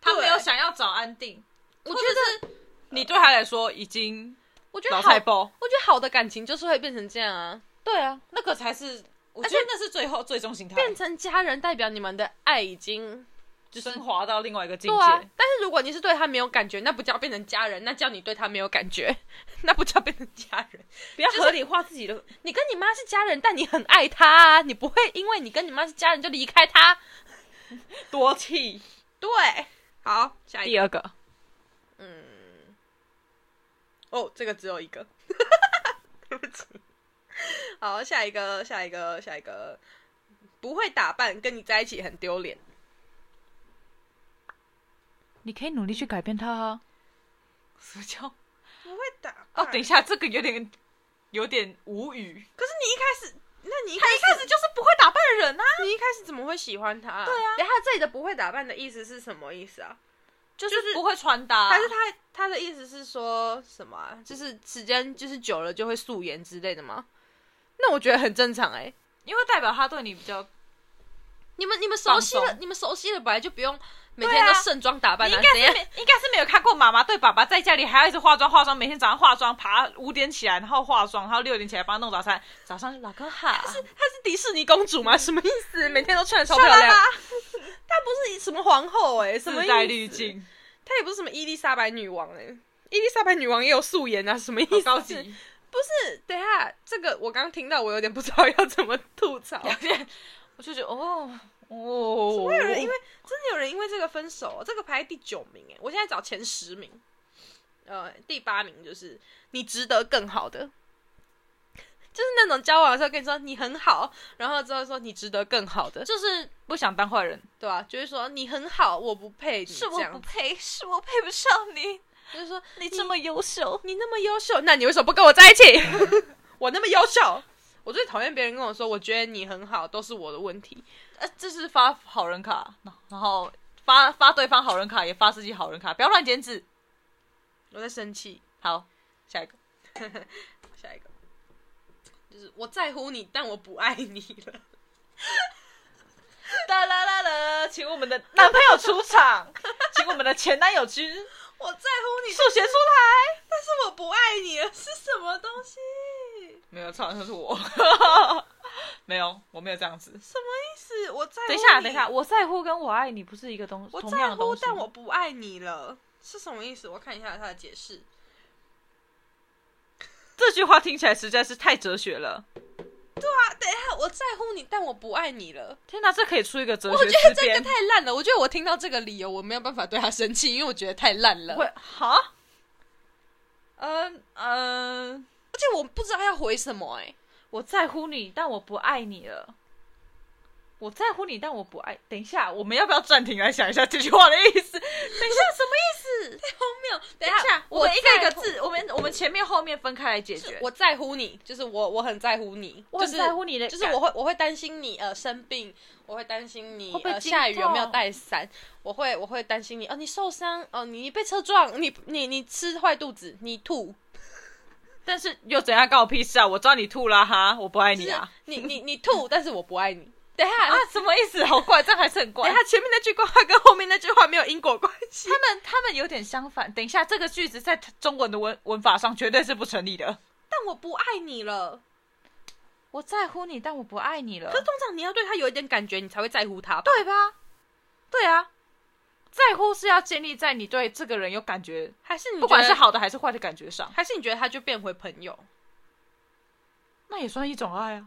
他没有想要找安定。
我觉得，
你对他来说已经
我觉得
老
好，
太
我
包，
觉得好的感情就是会变成这样啊，
对啊，那个才是，我觉得那是最后最终形态，
变成家人代表你们的爱已经
就是升华到另外一个境
对啊
界。。
但是如果你是对他没有感觉，那不叫变成家人，那叫你对他没有感觉， (laughs) 那不叫变成家人。
不要合理化自己的，
你跟你妈是家人，但你很爱她、啊，你不会因为你跟你妈是家人就离开她。
多气。
对，好，下一个，
第二个，
嗯，哦，这个只有一个， (laughs) 对不起。好，下一个，下一个，下一个，不会打扮，跟你在一起很丢脸。
你可以努力去改变他啊。什么叫？
不会打
哦，等一下，这个有点有点无语。
可是你一开始，那你一开
他一
始，
开始就是不会打扮的人啊，
你一开始怎么会喜欢他、
对啊
等一下这里的不会打扮的意思是什么意思啊？
就是不会穿搭啊。
还是他他的意思是说什么、啊？就是时间就是久了就会素颜之类的吗？那我觉得很正常哎、
因为代表他对你比较，
你们你们熟悉了
放，松
你们熟悉了，本来就不用每
对
天
啊
都盛装打扮
你
啊
应该
怎
是
样？
没应该是没有看过妈妈对爸爸在家里还要一直化妆化妆，每天早上化妆，爬五点起来，然后化妆，然后六点起来帮他弄早餐，早上老公 (laughs) 好，
她是迪士尼公主吗？什么意思？每天都穿的超
漂亮
(laughs) 她不是什么皇后哎、什么
自
意
带
思
滤？镜，
她也不是什么伊丽莎白女王哎、伊丽莎白女王也有素颜啊，什么意
好
思？
高级，
不是，等一下，这个我刚听到，我有点不知道要怎么吐
(laughs)
槽。
有点，我就觉得哦哦，
会有人因为真的有人因为这个分手、这个排第九名哎，我现在找前十名，呃，第八名就是你值得更好的，就是那种交往的时候跟你说你很好，然后之后说你值得更好的，
就是不想当坏人，
对吧、啊就是说你很好，我不配你，这样
配，是我配不上
(laughs)
你，
就是说
你么优秀，
你那么优秀，那你为什么不跟我在一起？ (laughs) 我那么优秀，我最讨厌别人跟我说，我觉得你很好，都是我的问题。
呃，这是发好人卡，然后发发对方好人卡，也发自己好人卡，不要乱剪纸。
我在生气。
好，下一个，
(laughs) 下一个，就是我在乎你，但我不爱你了。
(laughs) 哒啦啦啦，请我们的男朋友
(laughs)
出场，请我们的前男友君
我在乎你，
速写出来。
但是我不爱 (laughs) 你了，是什么东西？
没有，唱的是我， (laughs) 没有，我没有这样子。
什么意思？我在乎
等一下，
你
等一下，，我在乎跟我爱你不是一个东，
我
同样
在
的
乎
东西。
但我不爱你了，是什么意思？我看一下他的解释。
这句话听起来实在是太哲学了。
啊，等一下，我在乎你，但我不爱你了。
天哪，这可以出一个哲
我
学
觉得
之
这个
编。
太烂了。我觉得我听到这个理由，我没有办法对他生气，因为我觉得太烂了。
会哈？嗯嗯，
而且我不知道要回什么
欸
哎、
我在乎你，但我不爱你了。我在乎你，但我不爱。等一下，我们要不要暂停来想一下这句话的意思？等一下，什么意思？
太荒谬。等
等
一
一下
下，，
我们一个一个
在乎
字，我们我们前面后面分开来解决。
我在乎你，就是我我很在乎你，
我很在乎你的
就是，就
感，
是我会我会担心你呃生病，我会担心你
会不会
呃
惊
下雨有没有
到
带伞，我会我会担心你哦你受伤哦你被车撞你你你吃坏肚子你吐，
但是又怎样？关我屁事啊！我知道你吐啦哈，我不爱
就
你
是
啊！
你你你吐，但是我不爱你。等一下，
啊，什么意思？好怪，这样还是很怪。
等一下前面那句话跟后面那句话没有因果关系。
他们他们有点相反。等一下，这个句子在中文的文文法上绝对是不成立的。
但我不爱你了。
我在乎你，但我不爱你了
可。是通常你要对他有一点感觉，你才会在乎他吧？
对吧？对啊，在乎是要建立在你对这个人有感觉，
还是你
不管
觉
是
得，
好的还是坏的感嗯觉上，
还是你觉得他就变回朋友？
那也算一种爱啊。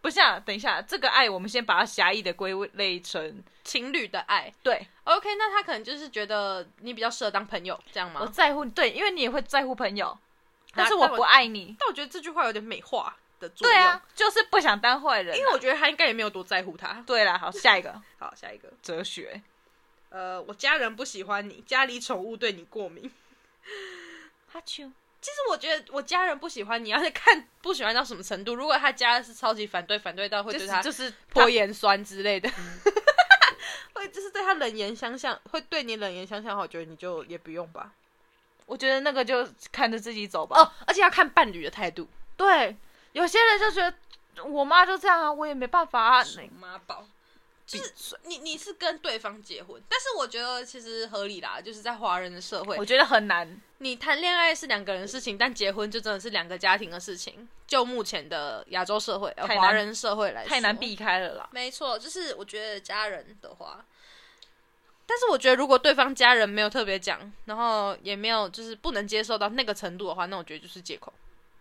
不是啊，等一下，这个爱我们先把它狭义的归类成
情侣的爱
对
，OK，那他可能就是觉得你比较适合当朋友，这样吗？
我在乎你，对，因为你也会在乎朋友，但是
啊
我
但我
不爱你。
但我觉得这句话有点美化，的作
对
用。
啊，就是不想当坏人啊、
因为我觉得他应该也没有多在乎他。
对啦，好，下一个
好，下一个，
哲学，
呃，我家人不喜欢你，家里宠物对你过敏。
哈啾，
其实我觉得我家人不喜欢你，要是 (laughs) 看不喜欢到什么程度。如果他家是超级反对，反对到会
就
对
是
他
就是
泼盐酸之类的， (laughs) 会就是对他冷言相向，会对你冷言相向的话，我觉得你就也不用吧。
我觉得那个就看着自己走吧。
哦，而且要看伴侣的态度，
对，有些人就觉得我妈就这样啊，我也没办法啊。
妈宝。就是你你是跟对方结婚，但是我觉得其实合理啦，就是在华人的社会
我，觉得很难，
你谈恋爱是两个人的事情，但结婚就真的是两个家庭的事情。就目前的亚洲社会、呃
太难
华人社会来说，
太难避开了啦。
没错，就是我觉得家人的话，但是我觉得如果对方家人没有特别讲，然后也没有就是不能接受到那个程度的话，那我觉得就是借口。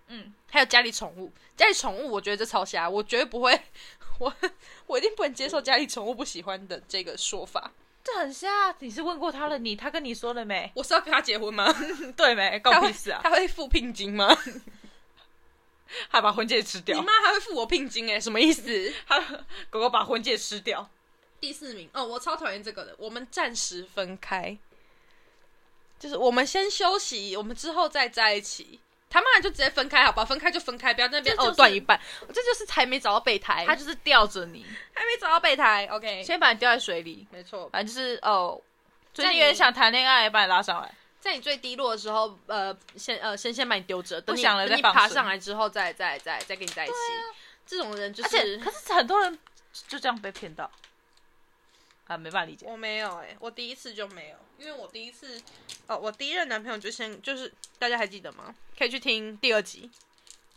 嗯，
还有家里宠物，家里宠物我觉得这超瞎，我绝对不会，我我一定不能接受家里宠物不喜欢的这个说法。
这很像啊，你是问过他了你，他跟你说了没？
我是要跟他结婚吗？
(laughs) 对没？
他
关我
会
屁事啊！
他会付聘金吗？
还把婚戒吃
你
掉，
妈还会付我聘金哎、什么意思？
他 (laughs) 狗狗把婚戒吃掉。
第四名哦，我超讨厌这个的。我们暂时分开，就是我们先休息，我们之后再在一起。他妈的就直接分开好吧，分开就分开，不要在那边
这就是
藕断一半。这就是还没找到备胎，
他就是吊着你，
还没找到备胎。OK，
先把你吊在水里，
没错。
反正就是哦，最
在
近有点
你
想谈恋爱，把你拉上来。
在你最低落的时候，呃，先呃先先把你丢着，等你
不想了
等
再
你
放
爬
水
上来之后再，再再再跟你在一起。这种人就
而且
是，
可是很多人就这样被骗到，啊，没办法理解。
我没有哎、我第一次就没有，因为我第一次，哦，我第一任男朋友就先就是大家还记得吗？可以去听第二集，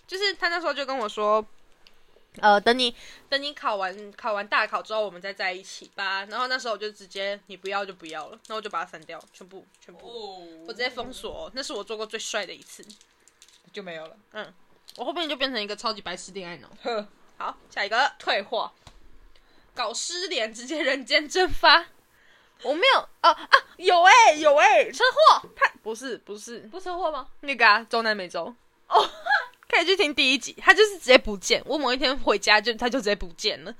就是他那时候就跟我说，呃，等你等你考完考完大考之后，我们再在一起吧。然后那时候我就直接你不要就不要了，那我就把它删掉，全部全部，我
我
直接封锁、哦那是我做过最帅的一次。
就没有了。
我后面就变成一个超级白痴恋爱脑。
呵，
好，下一个
退化，
搞失联，直接人间蒸发。我没有哦啊，有哎、有哎、车祸，他不是不是
不车祸吗？
那个啊，中南美洲哦， (laughs) 可以去听第一集，他就是直接不见。我某一天回家就他就直接不见了。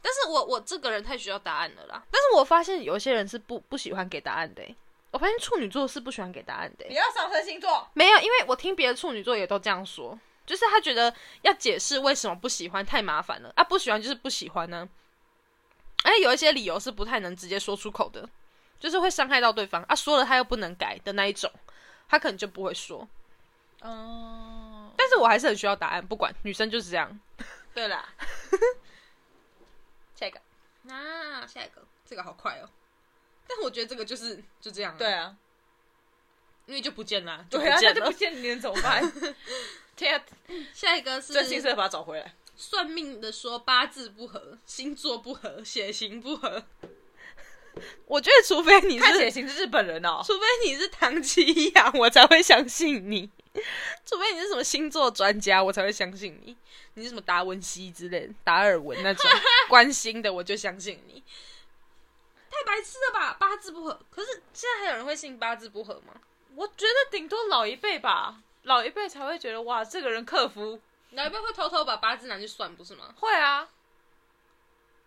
但是我我这个人太需要答案了啦。但是我发现有些人是不不喜欢给答案的欸、我发现处女座是不喜欢给答案的欸、
你要上升星座，
没有，因为我听别的处女座也都这样说，就是他觉得要解释为什么不喜欢太麻烦了啊，不喜欢就是不喜欢呢、而且有一些理由是不太能直接说出口的，就是会伤害到对方啊，说了他又不能改的那一种，他可能就不会说。
嗯，
但是我还是很需要答案，不管女生就是这样。
(laughs) 对
(laughs)
啦，
下一个，那、啊下一个，这个好快哦。但我觉得这个就是就这样、
(laughs) 对，啊，
因为就不见了，
对啊，那就不见你能怎么 (laughs) 办？天啊，
下一个是
真心是把它找回来。
算命的说八字不合、星座不合、血型不合。我觉得，除非你
看血
是，
型是日本人 (laughs) 哦，
除非你是唐奇阳，我才会相信你；除非你是什么星座专家，我才会相信你。你是什么达文西之类的、达尔文那种关心的，我就相信你。太白痴了吧！八字不合，可是现在还有人会信八字不合吗？
我觉得顶多老一辈吧，老一辈才会觉得哇，这个人克服
老一辈会偷偷把八字拿去算，不是吗？
会啊，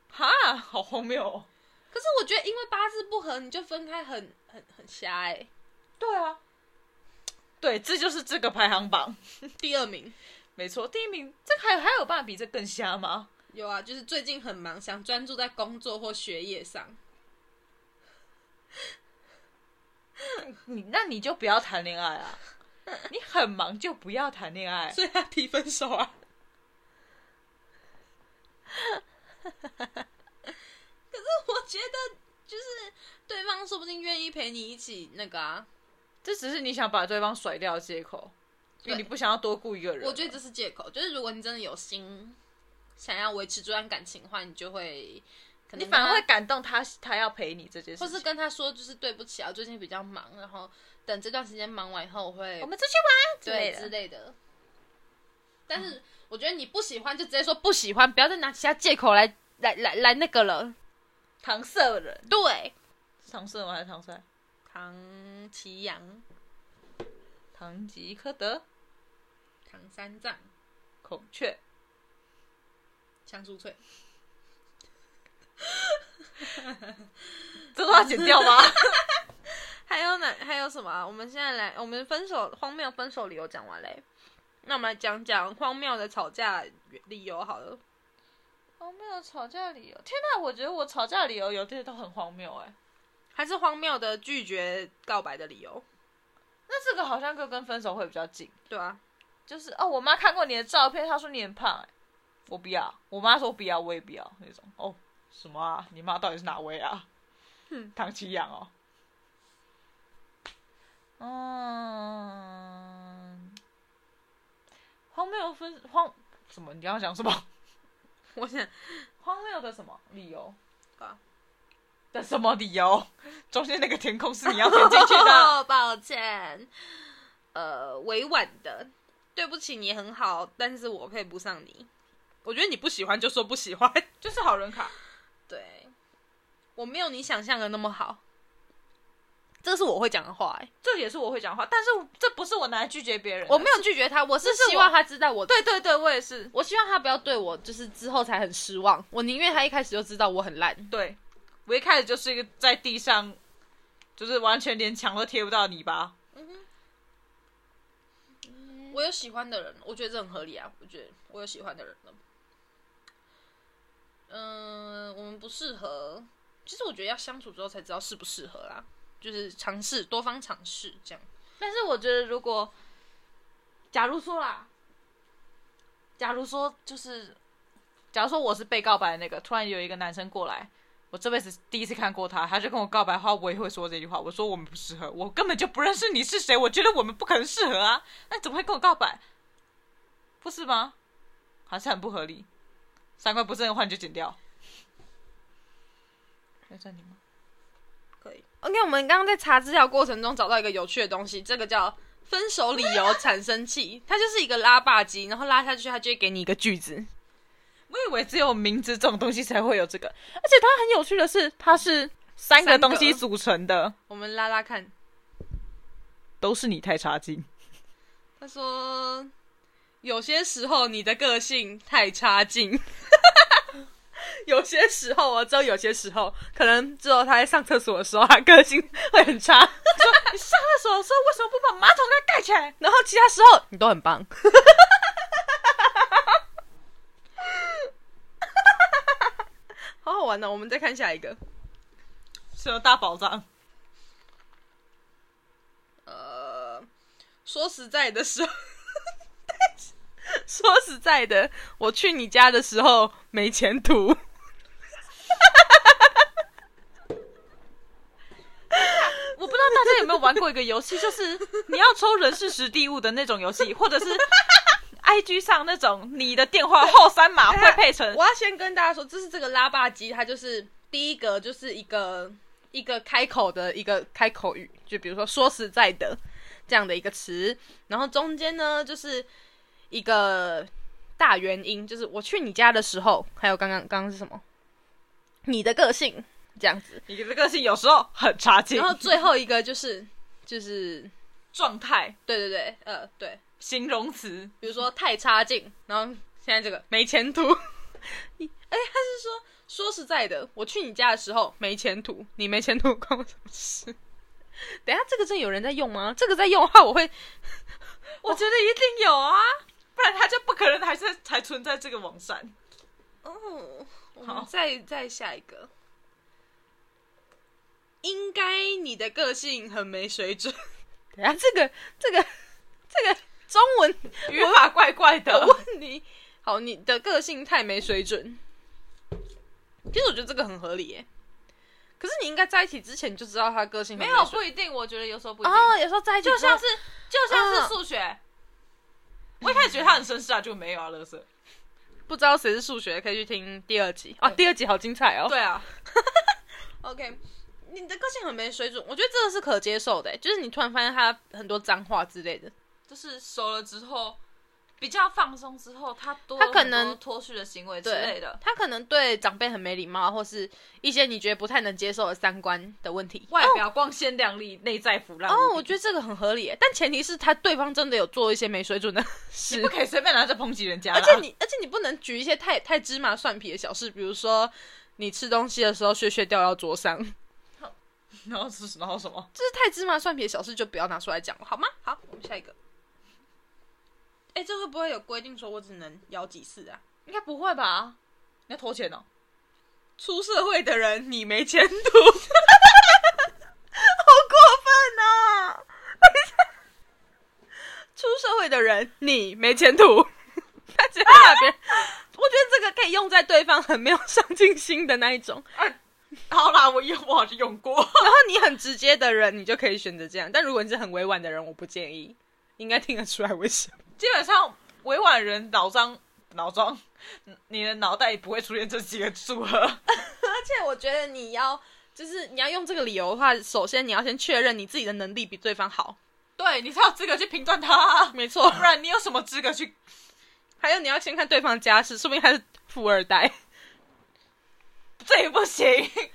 哈，好荒谬哦。
可是我觉得，因为八字不合，你就分开很很很瞎哎、
对啊，对，这就是这个排行榜，
第二名，
没错，第一名，这还还有办法比这更瞎吗？
有啊，就是最近很忙，想专注在工作或学业上。
你那你就不要谈恋爱 (laughs) 啊，你很忙就不要谈恋爱，
所以他提分手啊。 (laughs) 可是我觉得，就是对方说不定愿意陪你一起那个啊，
这只是你想把对方甩掉的借口，因为你不想要多顾一个人。
我觉得这是借口。就是如果你真的有心想要维持这段感情的话，你就会可
你
能
反而会
跟
感动他，他要陪你这件
他，
事
或是
情。
跟他说，就是对不起啊，最近比较忙，然后等这段时间忙完以后，我会
我们出去玩之
对
类的
之。类的。但是我觉得你不喜欢就直接说不喜欢，不要再拿其他借口来来来来那个了。
搪塞人，
对，
搪塞吗？还是搪塞？
唐奇阳、
堂吉诃德，
唐三藏、
孔雀，
香酥脆，
这都要剪掉 (laughs) 吗？
还有哪还有什么、啊？我们现在来，我们分手荒谬分手理由讲完嘞，那我们来讲讲荒谬的吵架理由好了。
荒谬吵架理由，天哪！我觉得我吵架理由有这些都很荒谬哎、
还是荒谬的拒绝告白的理由，
那这个好像跟跟分手会比较近，
对啊，
就是哦，我妈看过你的照片，她说你很胖、哎，我不要。我妈说不要，我也不要那种。哦，什么啊？你妈到底是哪位啊？
哼
唐奇阳哦。嗯，荒谬分荒什么？你刚刚讲什么？
(laughs) 我想
(laughs) 荒谬的什么理由？
啊
的什么理由？ (laughs) 中间那个填空是你要填进去的。
哦，抱歉，呃，委婉的，对不起，你很好，但是我配不上你。 (laughs) 我觉得你不喜欢就说不喜欢， (laughs)
就是好人卡。
对我没有你想象的那么好，这是我会讲的话、欸，
这也是我会讲话，但是这不是我拿来拒绝别人的。
我没有拒绝他，我是
这是我
希望他知道我，
(laughs) 对对对，我也是。
我希望他不要对我就是之后才很失望，我宁愿他一开始就知道我很烂，
对，我一开始就是一个在地上，就是完全连墙都贴不到的泥巴。
我有喜欢的人，我觉得这很合理啊。我觉得我有喜欢的人了。嗯、我们不适合。其实我觉得要相处之后才知道适不适合啦，就是尝试多方尝试这样。
但是我觉得，如果假如说啦，假如说就是，假如说我是被告白的那个，突然有一个男生过来，我这辈子第一次看过他，他就跟我告白的话，我也会说这句话。我说我们不适合，我根本就不认识你是谁，我觉得我们不可能适合啊。那你怎么会跟我告白？不是吗？还是很不合理。三观不正的话你就剪掉。要暂停吗？
可以。OK，我们刚刚在查资料过程中找到一个有趣的东西，这个叫分手理由产生器，它就是一个拉霸机，然后拉下去，它就会给你一个句子。
我以为只有名字这种东西才会有这个，而且它很有趣的是，它是三
三
个
个
东西组成的，
我们拉拉看，
都是你太差劲。
他说有些时候你的个性太差
(laughs)
劲，有些时候啊，只有有些时候，可能只有他在上厕所的时候，他个性会很差，
你上厕所的时候为什么不把马桶盖盖起来？
然后其他时候你都很棒。好好玩哦！我们再看下一个，
是有大宝藏，
呃，说实在的时候，说实在的，我去你家的时候没前途。
(laughs) 我不知道大家有没有玩过一个游戏，就是你要抽人事实地物的那种游戏，或者是 I G 上那种你的电话后三码会配成
我要先跟大家说，这是这个拉霸机，它就是第一个就是一个一个开口的一个开口语，就比如说说实在的这样的一个词，然后中间呢就是一个大元音，就是我去你家的时候，还有刚刚刚刚是什么？你的个性这样子，
你的个性有时候很差劲，
然后最后一个就是就是
状态
对对对，呃对，
形容词
比如说太差劲，然后现在这 (laughs) 个没前途。哎、他是说说实在的，我去你家的时候没前途，你没前途关我什么事？等一下，这个真的有人在用吗？这个在用的话，我会
(laughs) 我觉得一定有啊，不然它就不可能还是还存在这个网站。
哦。我
好
们再再下一个，应该你的个性很没水准。等一下，这个这个这个中文
(laughs) 语法怪怪的
我， (laughs) 问你，好，你的个性太没水准。其实我觉得这个很合理耶，可是你应该在一起之前就知道他个性很
没
没
有啊
水
不一定，我觉得有时候不一定，
哦，有时候在一起啊
就
之后
像是就像是数学，我一开始觉得它很绅士啊，就没有啊，乐色。
不知道谁是数学，可以去听第二集啊，第二集好精彩哦。
对 (laughs) 啊，
，OK，你的个性很没水准，我觉得这个是可接受的耶，就是你突然发现他很多脏话之类的，
就是熟了之后，比较放松之后，他多
他可能
很多脱序的行为之
对
类的，
他可能对长辈很没礼貌，或是一些你觉得不太能接受的三观的问题。
外表光鲜亮丽，内在腐烂无比。
哦，我觉得这个很合理耶，但前提是他对方真的有做一些没水准的
你
事
不，可以随便拿着抨击人家啦。
而且
(laughs)
你而且你不能举一些太太芝麻蒜皮的小事，比如说你吃东西的时候屑屑掉到桌上，这
然后是然后什么？
是太芝麻蒜皮的小事就不要拿出来讲了，好吗？好，我们下一个。哎，这会不会有规定说我只能摇几次啊？
应该不会吧？你要投钱哦？
出社会的人，你没前途，好 (laughs) 过分啊！ (laughs) 等一下出社会的人，你没前途。他直接把别人，我觉得这个可以用在对方很没有上进心的那一种。
(laughs) 好啦，我用我好像用过。
然后你很直接的人，你就可以选择这样。但如果你是很委婉的人，我不建议。应该听得出来为什么？
(laughs) 基本上委婉人脑张脑装，你的脑袋也不会出现这几个组合。
而且我觉得你要，就是你要用这个理由的话，首先你要先确认你自己的能力比对方好。
对，你才有资格去评断他，
没错
不然你有什么资格去？
还有你要先看对方家世，说不定他是富二代。 (laughs) 就
这也不行。
是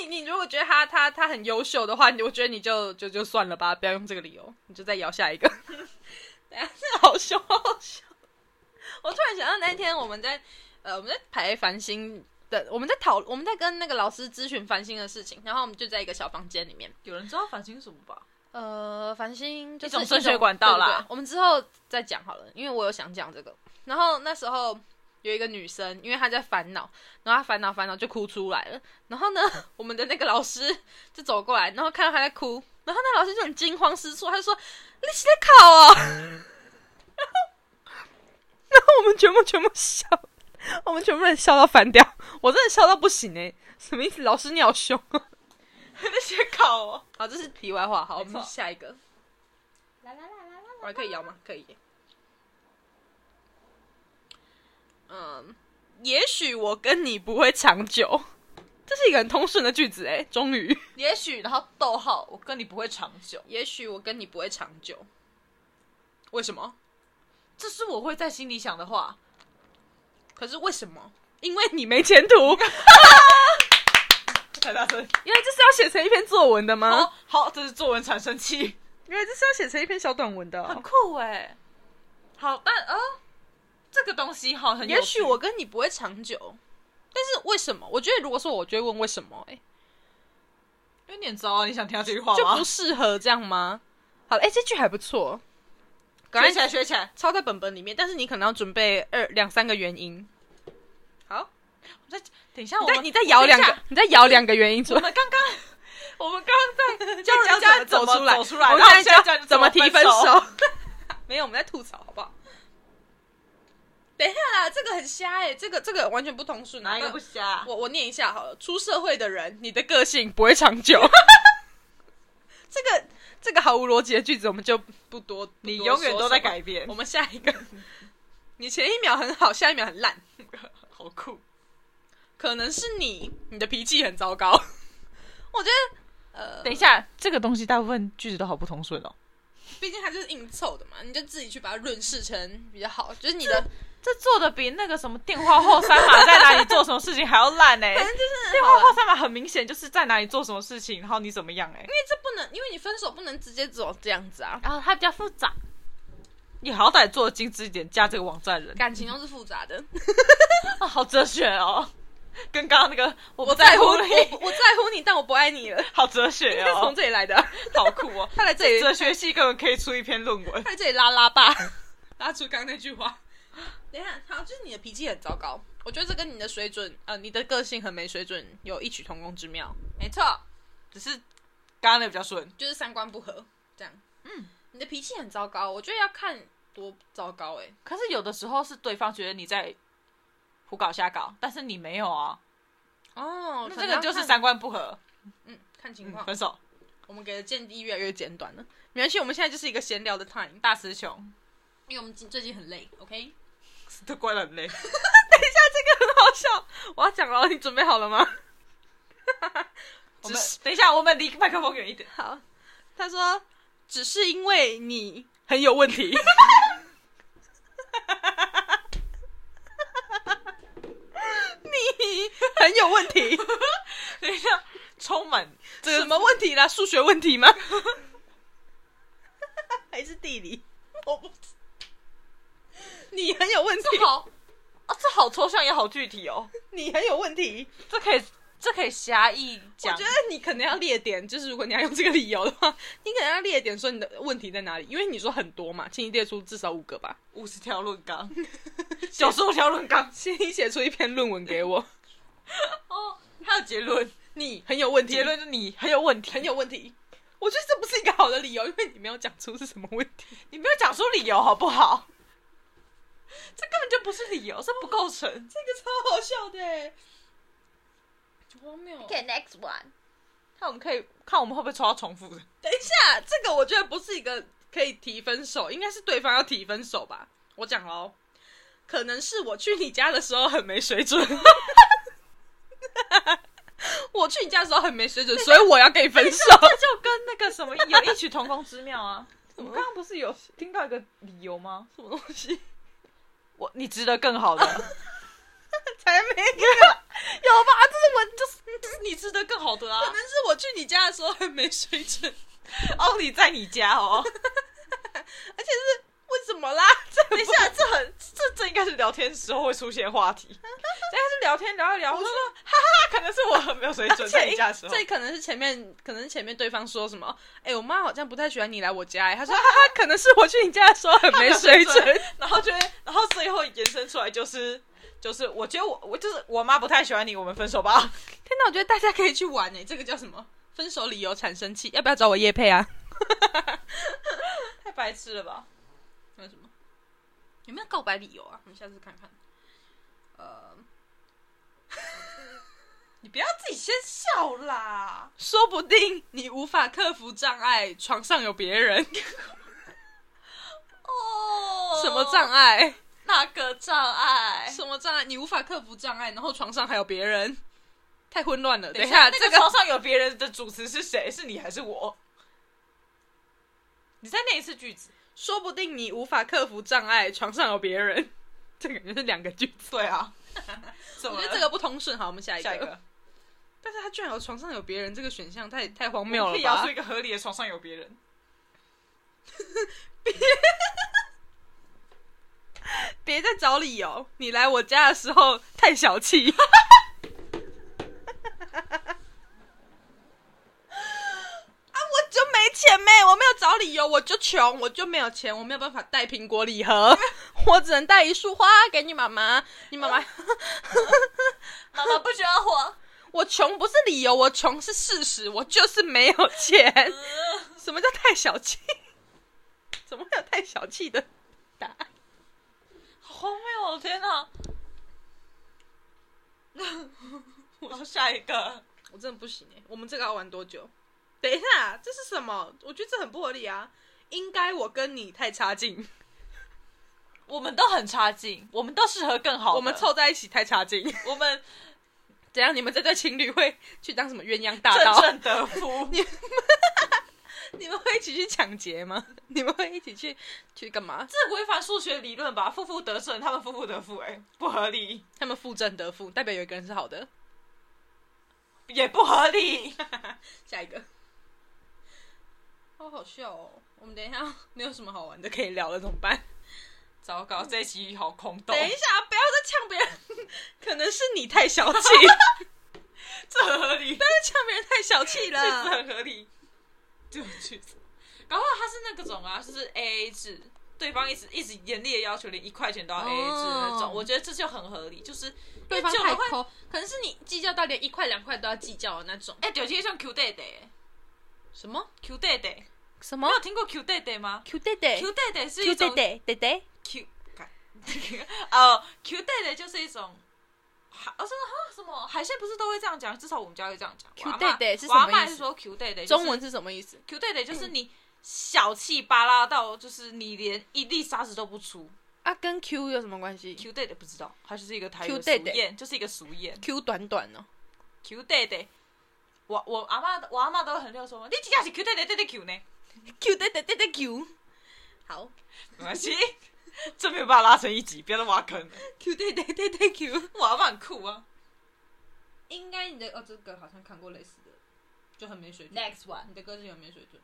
你，你如果觉得他他他很优秀的话，你我觉得你就就就算了吧，不要用这个理由，你就再摇下一个。等一下，这好凶，好凶！我突然想到那天我们在呃我们在排繁星的，我们在讨我们在跟那个老师咨询繁星的事情，然后我们就在一个小房间里面。
有人知道反清什么吧？
呃，繁星就是
一种升学管道啦
对对对我们之后再讲好了，因为我有想讲这个。然后那时候有一个女生，因为她在烦恼，然后她烦恼烦恼就哭出来了。然后呢， (laughs) 我们的那个老师就走过来，然后看到她在哭，然后那老师就很惊慌失措，他就说：“你是在考哦。 (laughs) 然后，然后我们全部全部笑，我们全部人笑到翻掉，我真的笑到不行哎、什么意思？老师你好凶哦。
那些考哦。
好，这是题外话，好，我
没错
们下一个。我还可以摇吗？可以。嗯，也许我跟你不会长久，这是一个很通顺的句子哎。终于，
也许，然后逗号，我跟你不会长久，
也许我跟你不会长久，为什么？
这是我会在心里想的话。
可是为什么？因为你没前途。
(laughs) 太大声！
原来这是要写成一篇作文的吗？
好哦好，这是作文产生器，
原来这是要写成一篇小短文的哦、
很酷哎、好，但呃，这个东西哈，很有
也许
趣
我跟你不会长久，但是为什么？我觉得如果说我就会问为什么、哎，
因为你很糟啊，你想听到这句话
就
吗？
不适合这样吗？好了，哎、这句还不错，赶
学
快
起来，学起来！
抄在本本里面，但是你可能要准备二两三个原因。好，
我再等一下，我
对，
们
你再摇两
我
个，你再摇两个原因出
等一下我
来，
们刚刚我们刚刚在教
再教
人家
人走
怎么
出来，
走出来，
我
然
们
后我们现在
教
教
怎么提分
手。
手。 (laughs) 没有，我们在吐槽，好不好？等一下啦，这个很瞎哎、这个这个完全不通顺啊。
哪一个不瞎？
我我念一下好了。出社会的人，你的个性不会长 (laughs) 久。这个这个毫无逻辑的句子，我们就不多。不
你
多
永远
说
都在
什么
改变
我，们下一个，你前一秒很好，下一秒很烂，
好酷！
可能是你你的脾气很糟糕。我觉得，呃，
等一下，这个东西大部分句子都好不通顺哦。
毕竟它就是硬凑的嘛，你就自己去把它润饰成比较好，就是你的，
这做的比那个什么电话后三码在哪里做什么事情还要烂欸呢、
反正就是
电
好
话
啦
后三码很明显就是在哪里做什么事情，然后你怎么样哎、
因为这不能，因为你分手不能直接走这样子啊，
然后它比较复杂，你好歹做的精致一点，加这个网站人
感情都是复杂的。
啊， (laughs) 好哲学哦，跟刚刚那个 (laughs) 我不
我在
在
乎
乎
我
你，
不我在乎你，但我不爱你了，
好哲学
应该是
(laughs) 哦
从，这里来的啊。
好酷 (laughs) 哦，
他来这里，
哲学系根本可以出一篇论文 (laughs)
他。来这里拉拉吧，拉出刚刚那句话。等一下，好，就是你的脾气很糟糕，我觉得这跟你的水准，呃，你的个性很没水准有异曲同工之妙。没错，
只是刚刚那比较顺，
就是三观不合这样。嗯，你的脾气很糟糕，我觉得要看多糟糕哎、
可是有的时候是对方觉得你在胡搞瞎搞，但是你没有啊，
哦
那这个就是
三，
三观不合，
嗯，看情
嗯
况。
分手，
我们给的建议越来越简短了，没关系，我们现在就是一个闲聊的 time，
大词穷，
因为我们最近很累，OK？
(laughs) 都怪人类。
好笑，我要讲了，你准备好了吗？
我
只
们
是
等一下，我们离麦克风远一点。
好， (laughs) 他说只是因为你很有问题。很有问题，
充满这
什
个
么问题啦？数学问题吗？还是地理？我不知，你很有问题，
这好啊，这好抽象也好具体哦，
你很有问题。
这可以这可以狭义
我
讲
觉，得你可能要列点，就是如果你要用这个理由的话，你可能要列点说你的问题在哪里，因为你说很多嘛，请你列出至少五个吧，
五十条论
(laughs)
纲，九十五条论纲
请你写出一篇论文给我。
哦，还有结论，
你很有问题，
结论就是你很有问题，
很有问题。我觉得这不是一个好的理由，因为你没有讲出是什么问题。
你没有讲出理由好不好？这根本就不是理由，这不构成。
这个超好笑的，欸荒谬。
next one，看我们可以看我们会不会抽到重复的。
等一下，这个我觉得不是一个可以提分手，应该是对方要提分手吧。我讲喽，可能是我去你家的时候很没水
(laughs)
准。我去你家的时候很没水准，所以我要跟你分手。
(laughs) 这就跟那个什么有异曲同工之
(laughs)
妙啊！我们刚刚不是有听到一个理由吗？
什么东西？
我你值得更好的，有吧？
(laughs) 才没有！
这是我就是就是你值得更好的
可
啊
能！是我去你家的时候很没水准，
(laughs) 哦，你在你家哦。
而且是为什么啦？
(laughs) 等一下，这很这这应该是聊天时候会出现
(laughs)
话题。这应该是聊天聊一聊，我说哈哈，可能是我很没有水准，在你家的时候。
这可能是前面，可能是前面对方说什么？哎、我妈好像不太喜欢你来我家、哎，她说哈哈，可能是我去你家的时候很没水准。，
(laughs) 然后就会，然后最后延伸出来就是就是，我觉得我我就是我妈不太喜欢你，我们分手吧。
天哪，我觉得大家可以去玩诶、欸这个叫什么？分手理由产生器，要不要找我叶配啊？
太白痴了吧？
还有什么？有没有告白理由啊？我们下次看看。呃，
你不要自己先笑啦！
说不定你无法克服障碍，床上有别人，
哦
什么障？碍？
那个障碍？
什么障碍？你无法克服障碍，然后床上还有别人， (laughs) 太混乱了。等
等
一
一
下，
下，那
这
个床上有别人的主词是谁？是你还是我？你再念一次句子。
说不定你无法克服障碍，床上有别人， (laughs) 这感觉是两个句子。
对啊，
(laughs)
怎
我
么
觉
了
得这个不通顺，好，我们下一个。
下一个
但是他居然有床上有别人这个选项，太太荒
没
谬
有
了
可以摇
吧
出？一个合理的床上有别人。
别再找理由，你来我家的时候太小 (laughs) 气。啊，我就没钱妹，我没有找理由，我就穷，我就没有钱，我没有办法带苹果礼 (laughs) 盒，我只能带一束花给你妈妈。你妈妈，
妈妈不喜欢我。
我穷不是理由，我 (laughs) 穷是事实，我就是没有钱。什么叫太小气？ (laughs) 怎么会有太小气的答案？
好荒谬哦！天哪！我要下一个，
我真的不行哎、我们这个要玩多久？等一下，这是什么？我觉得这很不合理啊！应该我跟你太差劲，
(laughs) 我们都很差劲，我们都适合更好的。
我们凑在一起太差劲。
我们
怎样？你们这对情侣会去当什么鸳鸯大
正
盗？
正得夫。
你们会一起去抢劫吗？你们会一起去去干嘛？
这违反数学理论吧？负负得正，他们负负得负，哎，不合理，
他们负正得负，代表有一个人是好的。
也不合理。
(laughs) 下一个，好好笑哦！我们等一下没有什么好玩的可以聊了，怎么办？
糟糕，这一集好空洞
等，一下，不要再呛别人， (laughs) 可能是你太小气，
这很合理，
但是呛别人太小气
这
了。
很合理。这个句子，搞不好他是那个种啊，就是 A A 制，对方一直一直严厉的要求，连一块钱都要 A A 制的那种。
哦
我觉得这就很合理，就是
对方
因
太
为久了会
抠， (laughs) 可能是你计较到连一块两块都要计较的那种。
哎，有些像 Q day day，Q
什么
day day，你
什么
有听过 Q day day 吗
Q 弟弟
？Q day day 是一
哎 Q 弟
种
弟弟弟，
Q，干哦，Q day day 就是一种。海，哦，真的哈？什么海鲜不是都会这样讲？至少我们家会这样讲。
Q
我阿嬷
day day 是什
我阿
么
嬷
意思
是说 Q day day，
中文是嗯什么意思？
Q day day 就是你小气巴拉到，就是你连一粒沙子都不出。
啊，跟 Q 有什么关系
Q day day 不知道，它就是一个台语的
Q day
俗
day
谚，就是一个俗谚。
？Q 短短哦，
Q day day，我我阿嬷我阿嬷都很溜说，你几下是 Q day day 对对 Q 呢？
Q 弟弟弟弟 Q。好
没关系，这没
(laughs)
有办法拉成一集，不要再挖坑了。
，Q 弟弟弟弟 Q。
我阿嬷很酷啊，
应该你的哦，这个好像看过类似的，就很没水准。
Next one，
你的歌是有没有水准？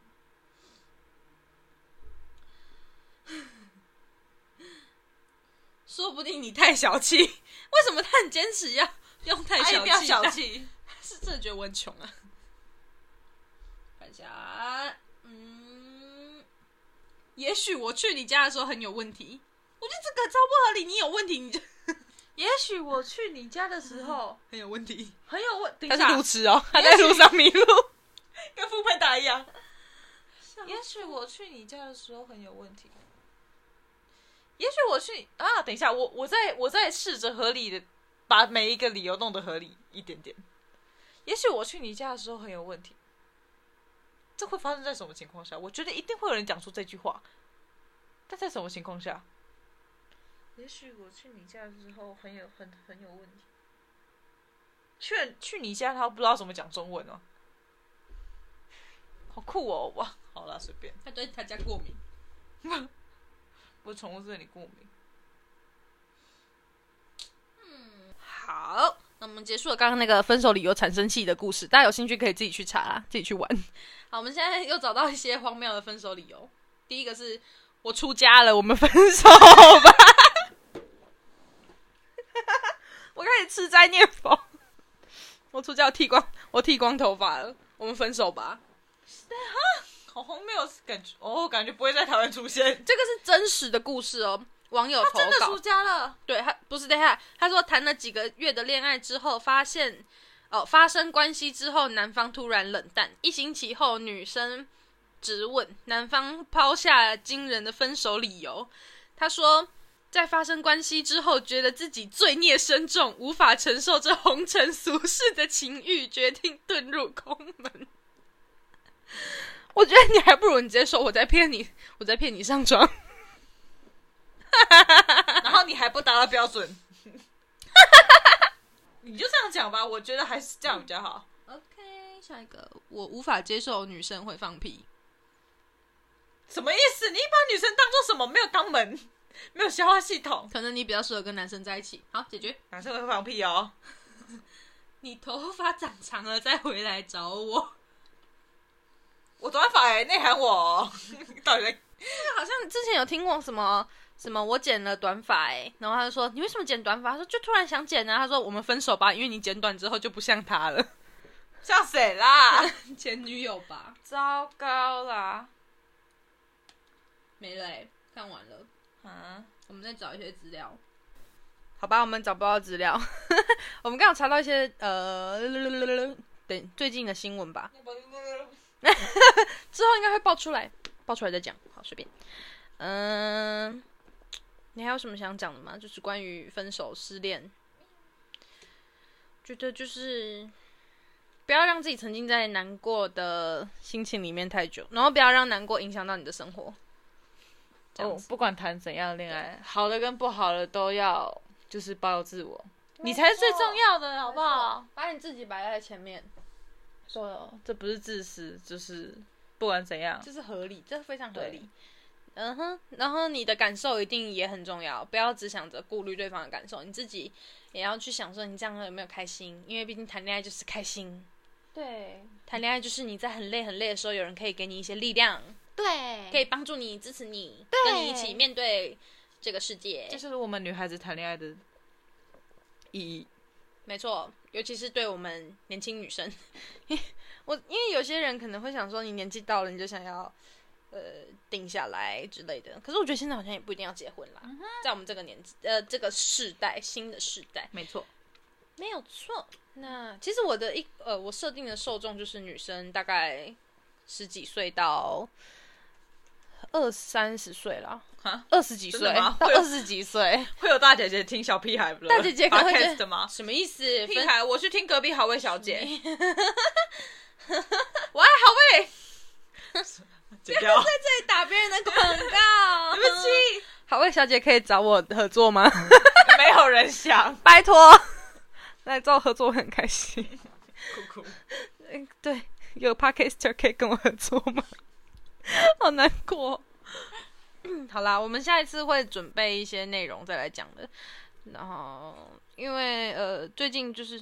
说不定你太小气， (laughs) 为什么他很坚持要用太
哎
小
不
气、啊
要小，气。
(laughs) 是真的觉得我很穷啊。看一下，嗯，也许我去你家的时候很有问题，我觉得这个超不合理。你有问题， (laughs) 你就
也许我去你家的时候
很有问题，
很有问，等
(laughs) 他是
一下
路，痴
(laughs)
哦，他在路上迷路，
跟副配打一样。
也许我去你家的时候很有问题。也许我去啊，等一下，我我再我再试着合理的把每一个理由弄得合理一点点。也许我去你家的时候很有问题，这会发生在什么情况下？我觉得一定会有人讲出这句话，但在什么情况下？也许我去你家的时候很有很很有问题。去去你家，他不知道怎么讲中文哦、好酷哦！哇，好啦，随便。
他对他家过敏。
我宠物这里过敏。
好，那我们结束了刚刚那个分手理由产生器的故事，大家有兴趣可以自己去查，自己去玩。好，我们现在又找到一些荒谬的分手理由。第一个是我出家了，我们分手吧。 (laughs) 我开始吃斋念佛。我出家我剃光，我剃光头发了，我们分手吧。
好荒谬，感觉哦，感觉不会在台湾出 (laughs) 现。
这个是真实的故事哦，网友投
真的
稿
出。家了，
对他不是等一下，他说谈了几个月的恋爱之后，发现哦发生关系之后，男方突然冷淡。一星期后，女生质问男方，抛下惊人的分手理由。他说，在发生关系之后，觉得自己罪孽深重，无法承受这红尘俗世的情欲，决定遁入空门。 (laughs) 我觉得你还不如你直接说我在骗你，我在骗你上床。
然后你还不达到标准， (laughs) 你就这样讲吧。我觉得还是这样比较好。
OK，下一个，我无法接受女生会放屁。
什么意思？你把女生当做什么？没有肛门，没有消化系统，
可能你比较适合跟男生在一起。好，解决。
男生会放屁哦。
你头发长长了再回来找我。
我短发哎，内涵我 (laughs) 哦、到底在
那好像之前有听过什么什么，我剪了短发哎、然后他就说你为什么剪短发？他说就突然想剪啊。他说我们分手吧，因为你剪短之后就不像他了。
像谁啦？
(laughs) 前女友吧，
糟糕啦！
没了、欸，看完了。
啊，
我们再找一些资料。好吧，我们找不到资料。 (laughs) 我们刚好查到一些呃，等最近的新闻吧。之后应该会爆出来，爆出来再讲。好，随便。嗯、你还有什么想讲的吗？就是关于分手、失恋，觉得就是不要让自己沉浸在难过的心情里面太久，然后不要让难过影响到你的生活。这样
哦
子，
不管谈怎样的恋爱，好的跟不好的都要就是保有自我，你才是最重要的，好不好？？
把你自己摆在前面，
说这不是自私，就是不管怎样，
这是合理，这非常合
对
理。嗯哼，然后你的感受一定也很重要，不要只想着顾虑对方的感受，你自己也要去想说你这样有没有开心，因为毕竟谈恋爱就是开心，
对
谈恋爱就是你在很累很累的时候，有人可以给你一些力量，
对，
可以帮助你、支持你，跟你一起面对这个世界。
这就是我们女孩子谈恋爱的意义。
没错，尤其是对我们年轻女生，我因为有些人可能会想说，你年纪到了，你就想要呃定下来之类的。可是我觉得现在好像也不一定要结婚啦，在我们这个年纪，呃，这个世代，新的世代，
没错，
没有错。那其实我的一呃，我设定的受众就是女生，大概十几岁到二三十岁啦
哈，
二十几
真
岁
的吗
到
会有
二十几岁，
会有大姐姐听小屁孩的
大姐姐可能会觉得
podcast (laughs) 吗？
什么意思？(laughs)
屁
分
孩，我去听隔壁好味小姐，
我爱好欸味。
剪掉，
在打别人的广告，
对不起，
好味小姐可以找我合作吗？
(laughs) 没有人想，
(laughs) 拜 (laughs) 托，来找我合作我很开心。
(laughs) 哭哭，
嗯对，有 podcaster 可以跟我合作吗？ (laughs) 好难过。嗯，好啦，我们下一次会准备一些内容再来讲的。然后，因为呃，最近就是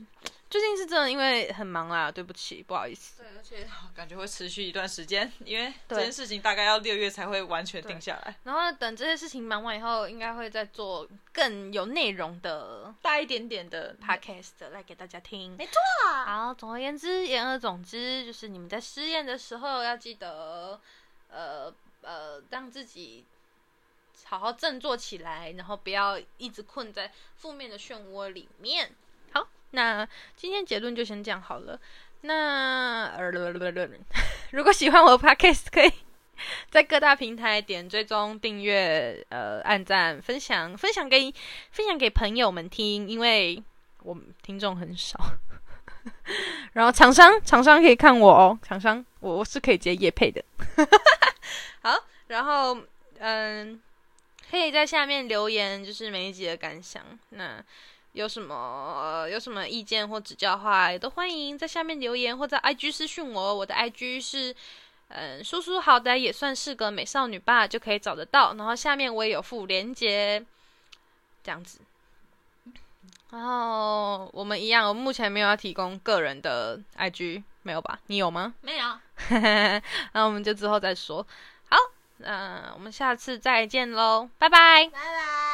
最近是真的因为很忙啦，对不起，不好意思。
对，而且感觉会持续一段时间，因为这
对
件事情大概要六月才会完全定下来。
然后等这些事情忙完以后，应该会再做更有内容的嗯
大一点点的
podcast 来给大家听。
没错，
好，总而言之，言而总之，就是你们在失恋的时候要记得，呃呃，让自己好好振作起来，然后不要一直困在负面的漩涡里面。好，那今天结论就先这样好了。那 (laughs) 呃，如果喜欢我的 podcast，可以 (laughs) 在各大平台点追踪、订阅、呃，按赞、分享、分享给分享给朋友们听，因为我们听众很少。 (laughs) 然后厂商厂商可以看我哦，厂商我我是可以接夜配的。 (laughs) 好，然后嗯，可以在下面留言，就是每一集的感想。那有什么、呃有什么意见或指教的话，也都欢迎在下面留言或者 IG 私讯我。我的 IG 是嗯，叔叔好歹也算是个美少女吧，就可以找得到。然后下面我也有附链接，这样子。然后我们一样，我目前没有要提供个人的 IG，没有吧？你有吗？ (laughs)
没有，
那我们就之后再说。好，那我们下次再见喽，拜拜。
拜拜。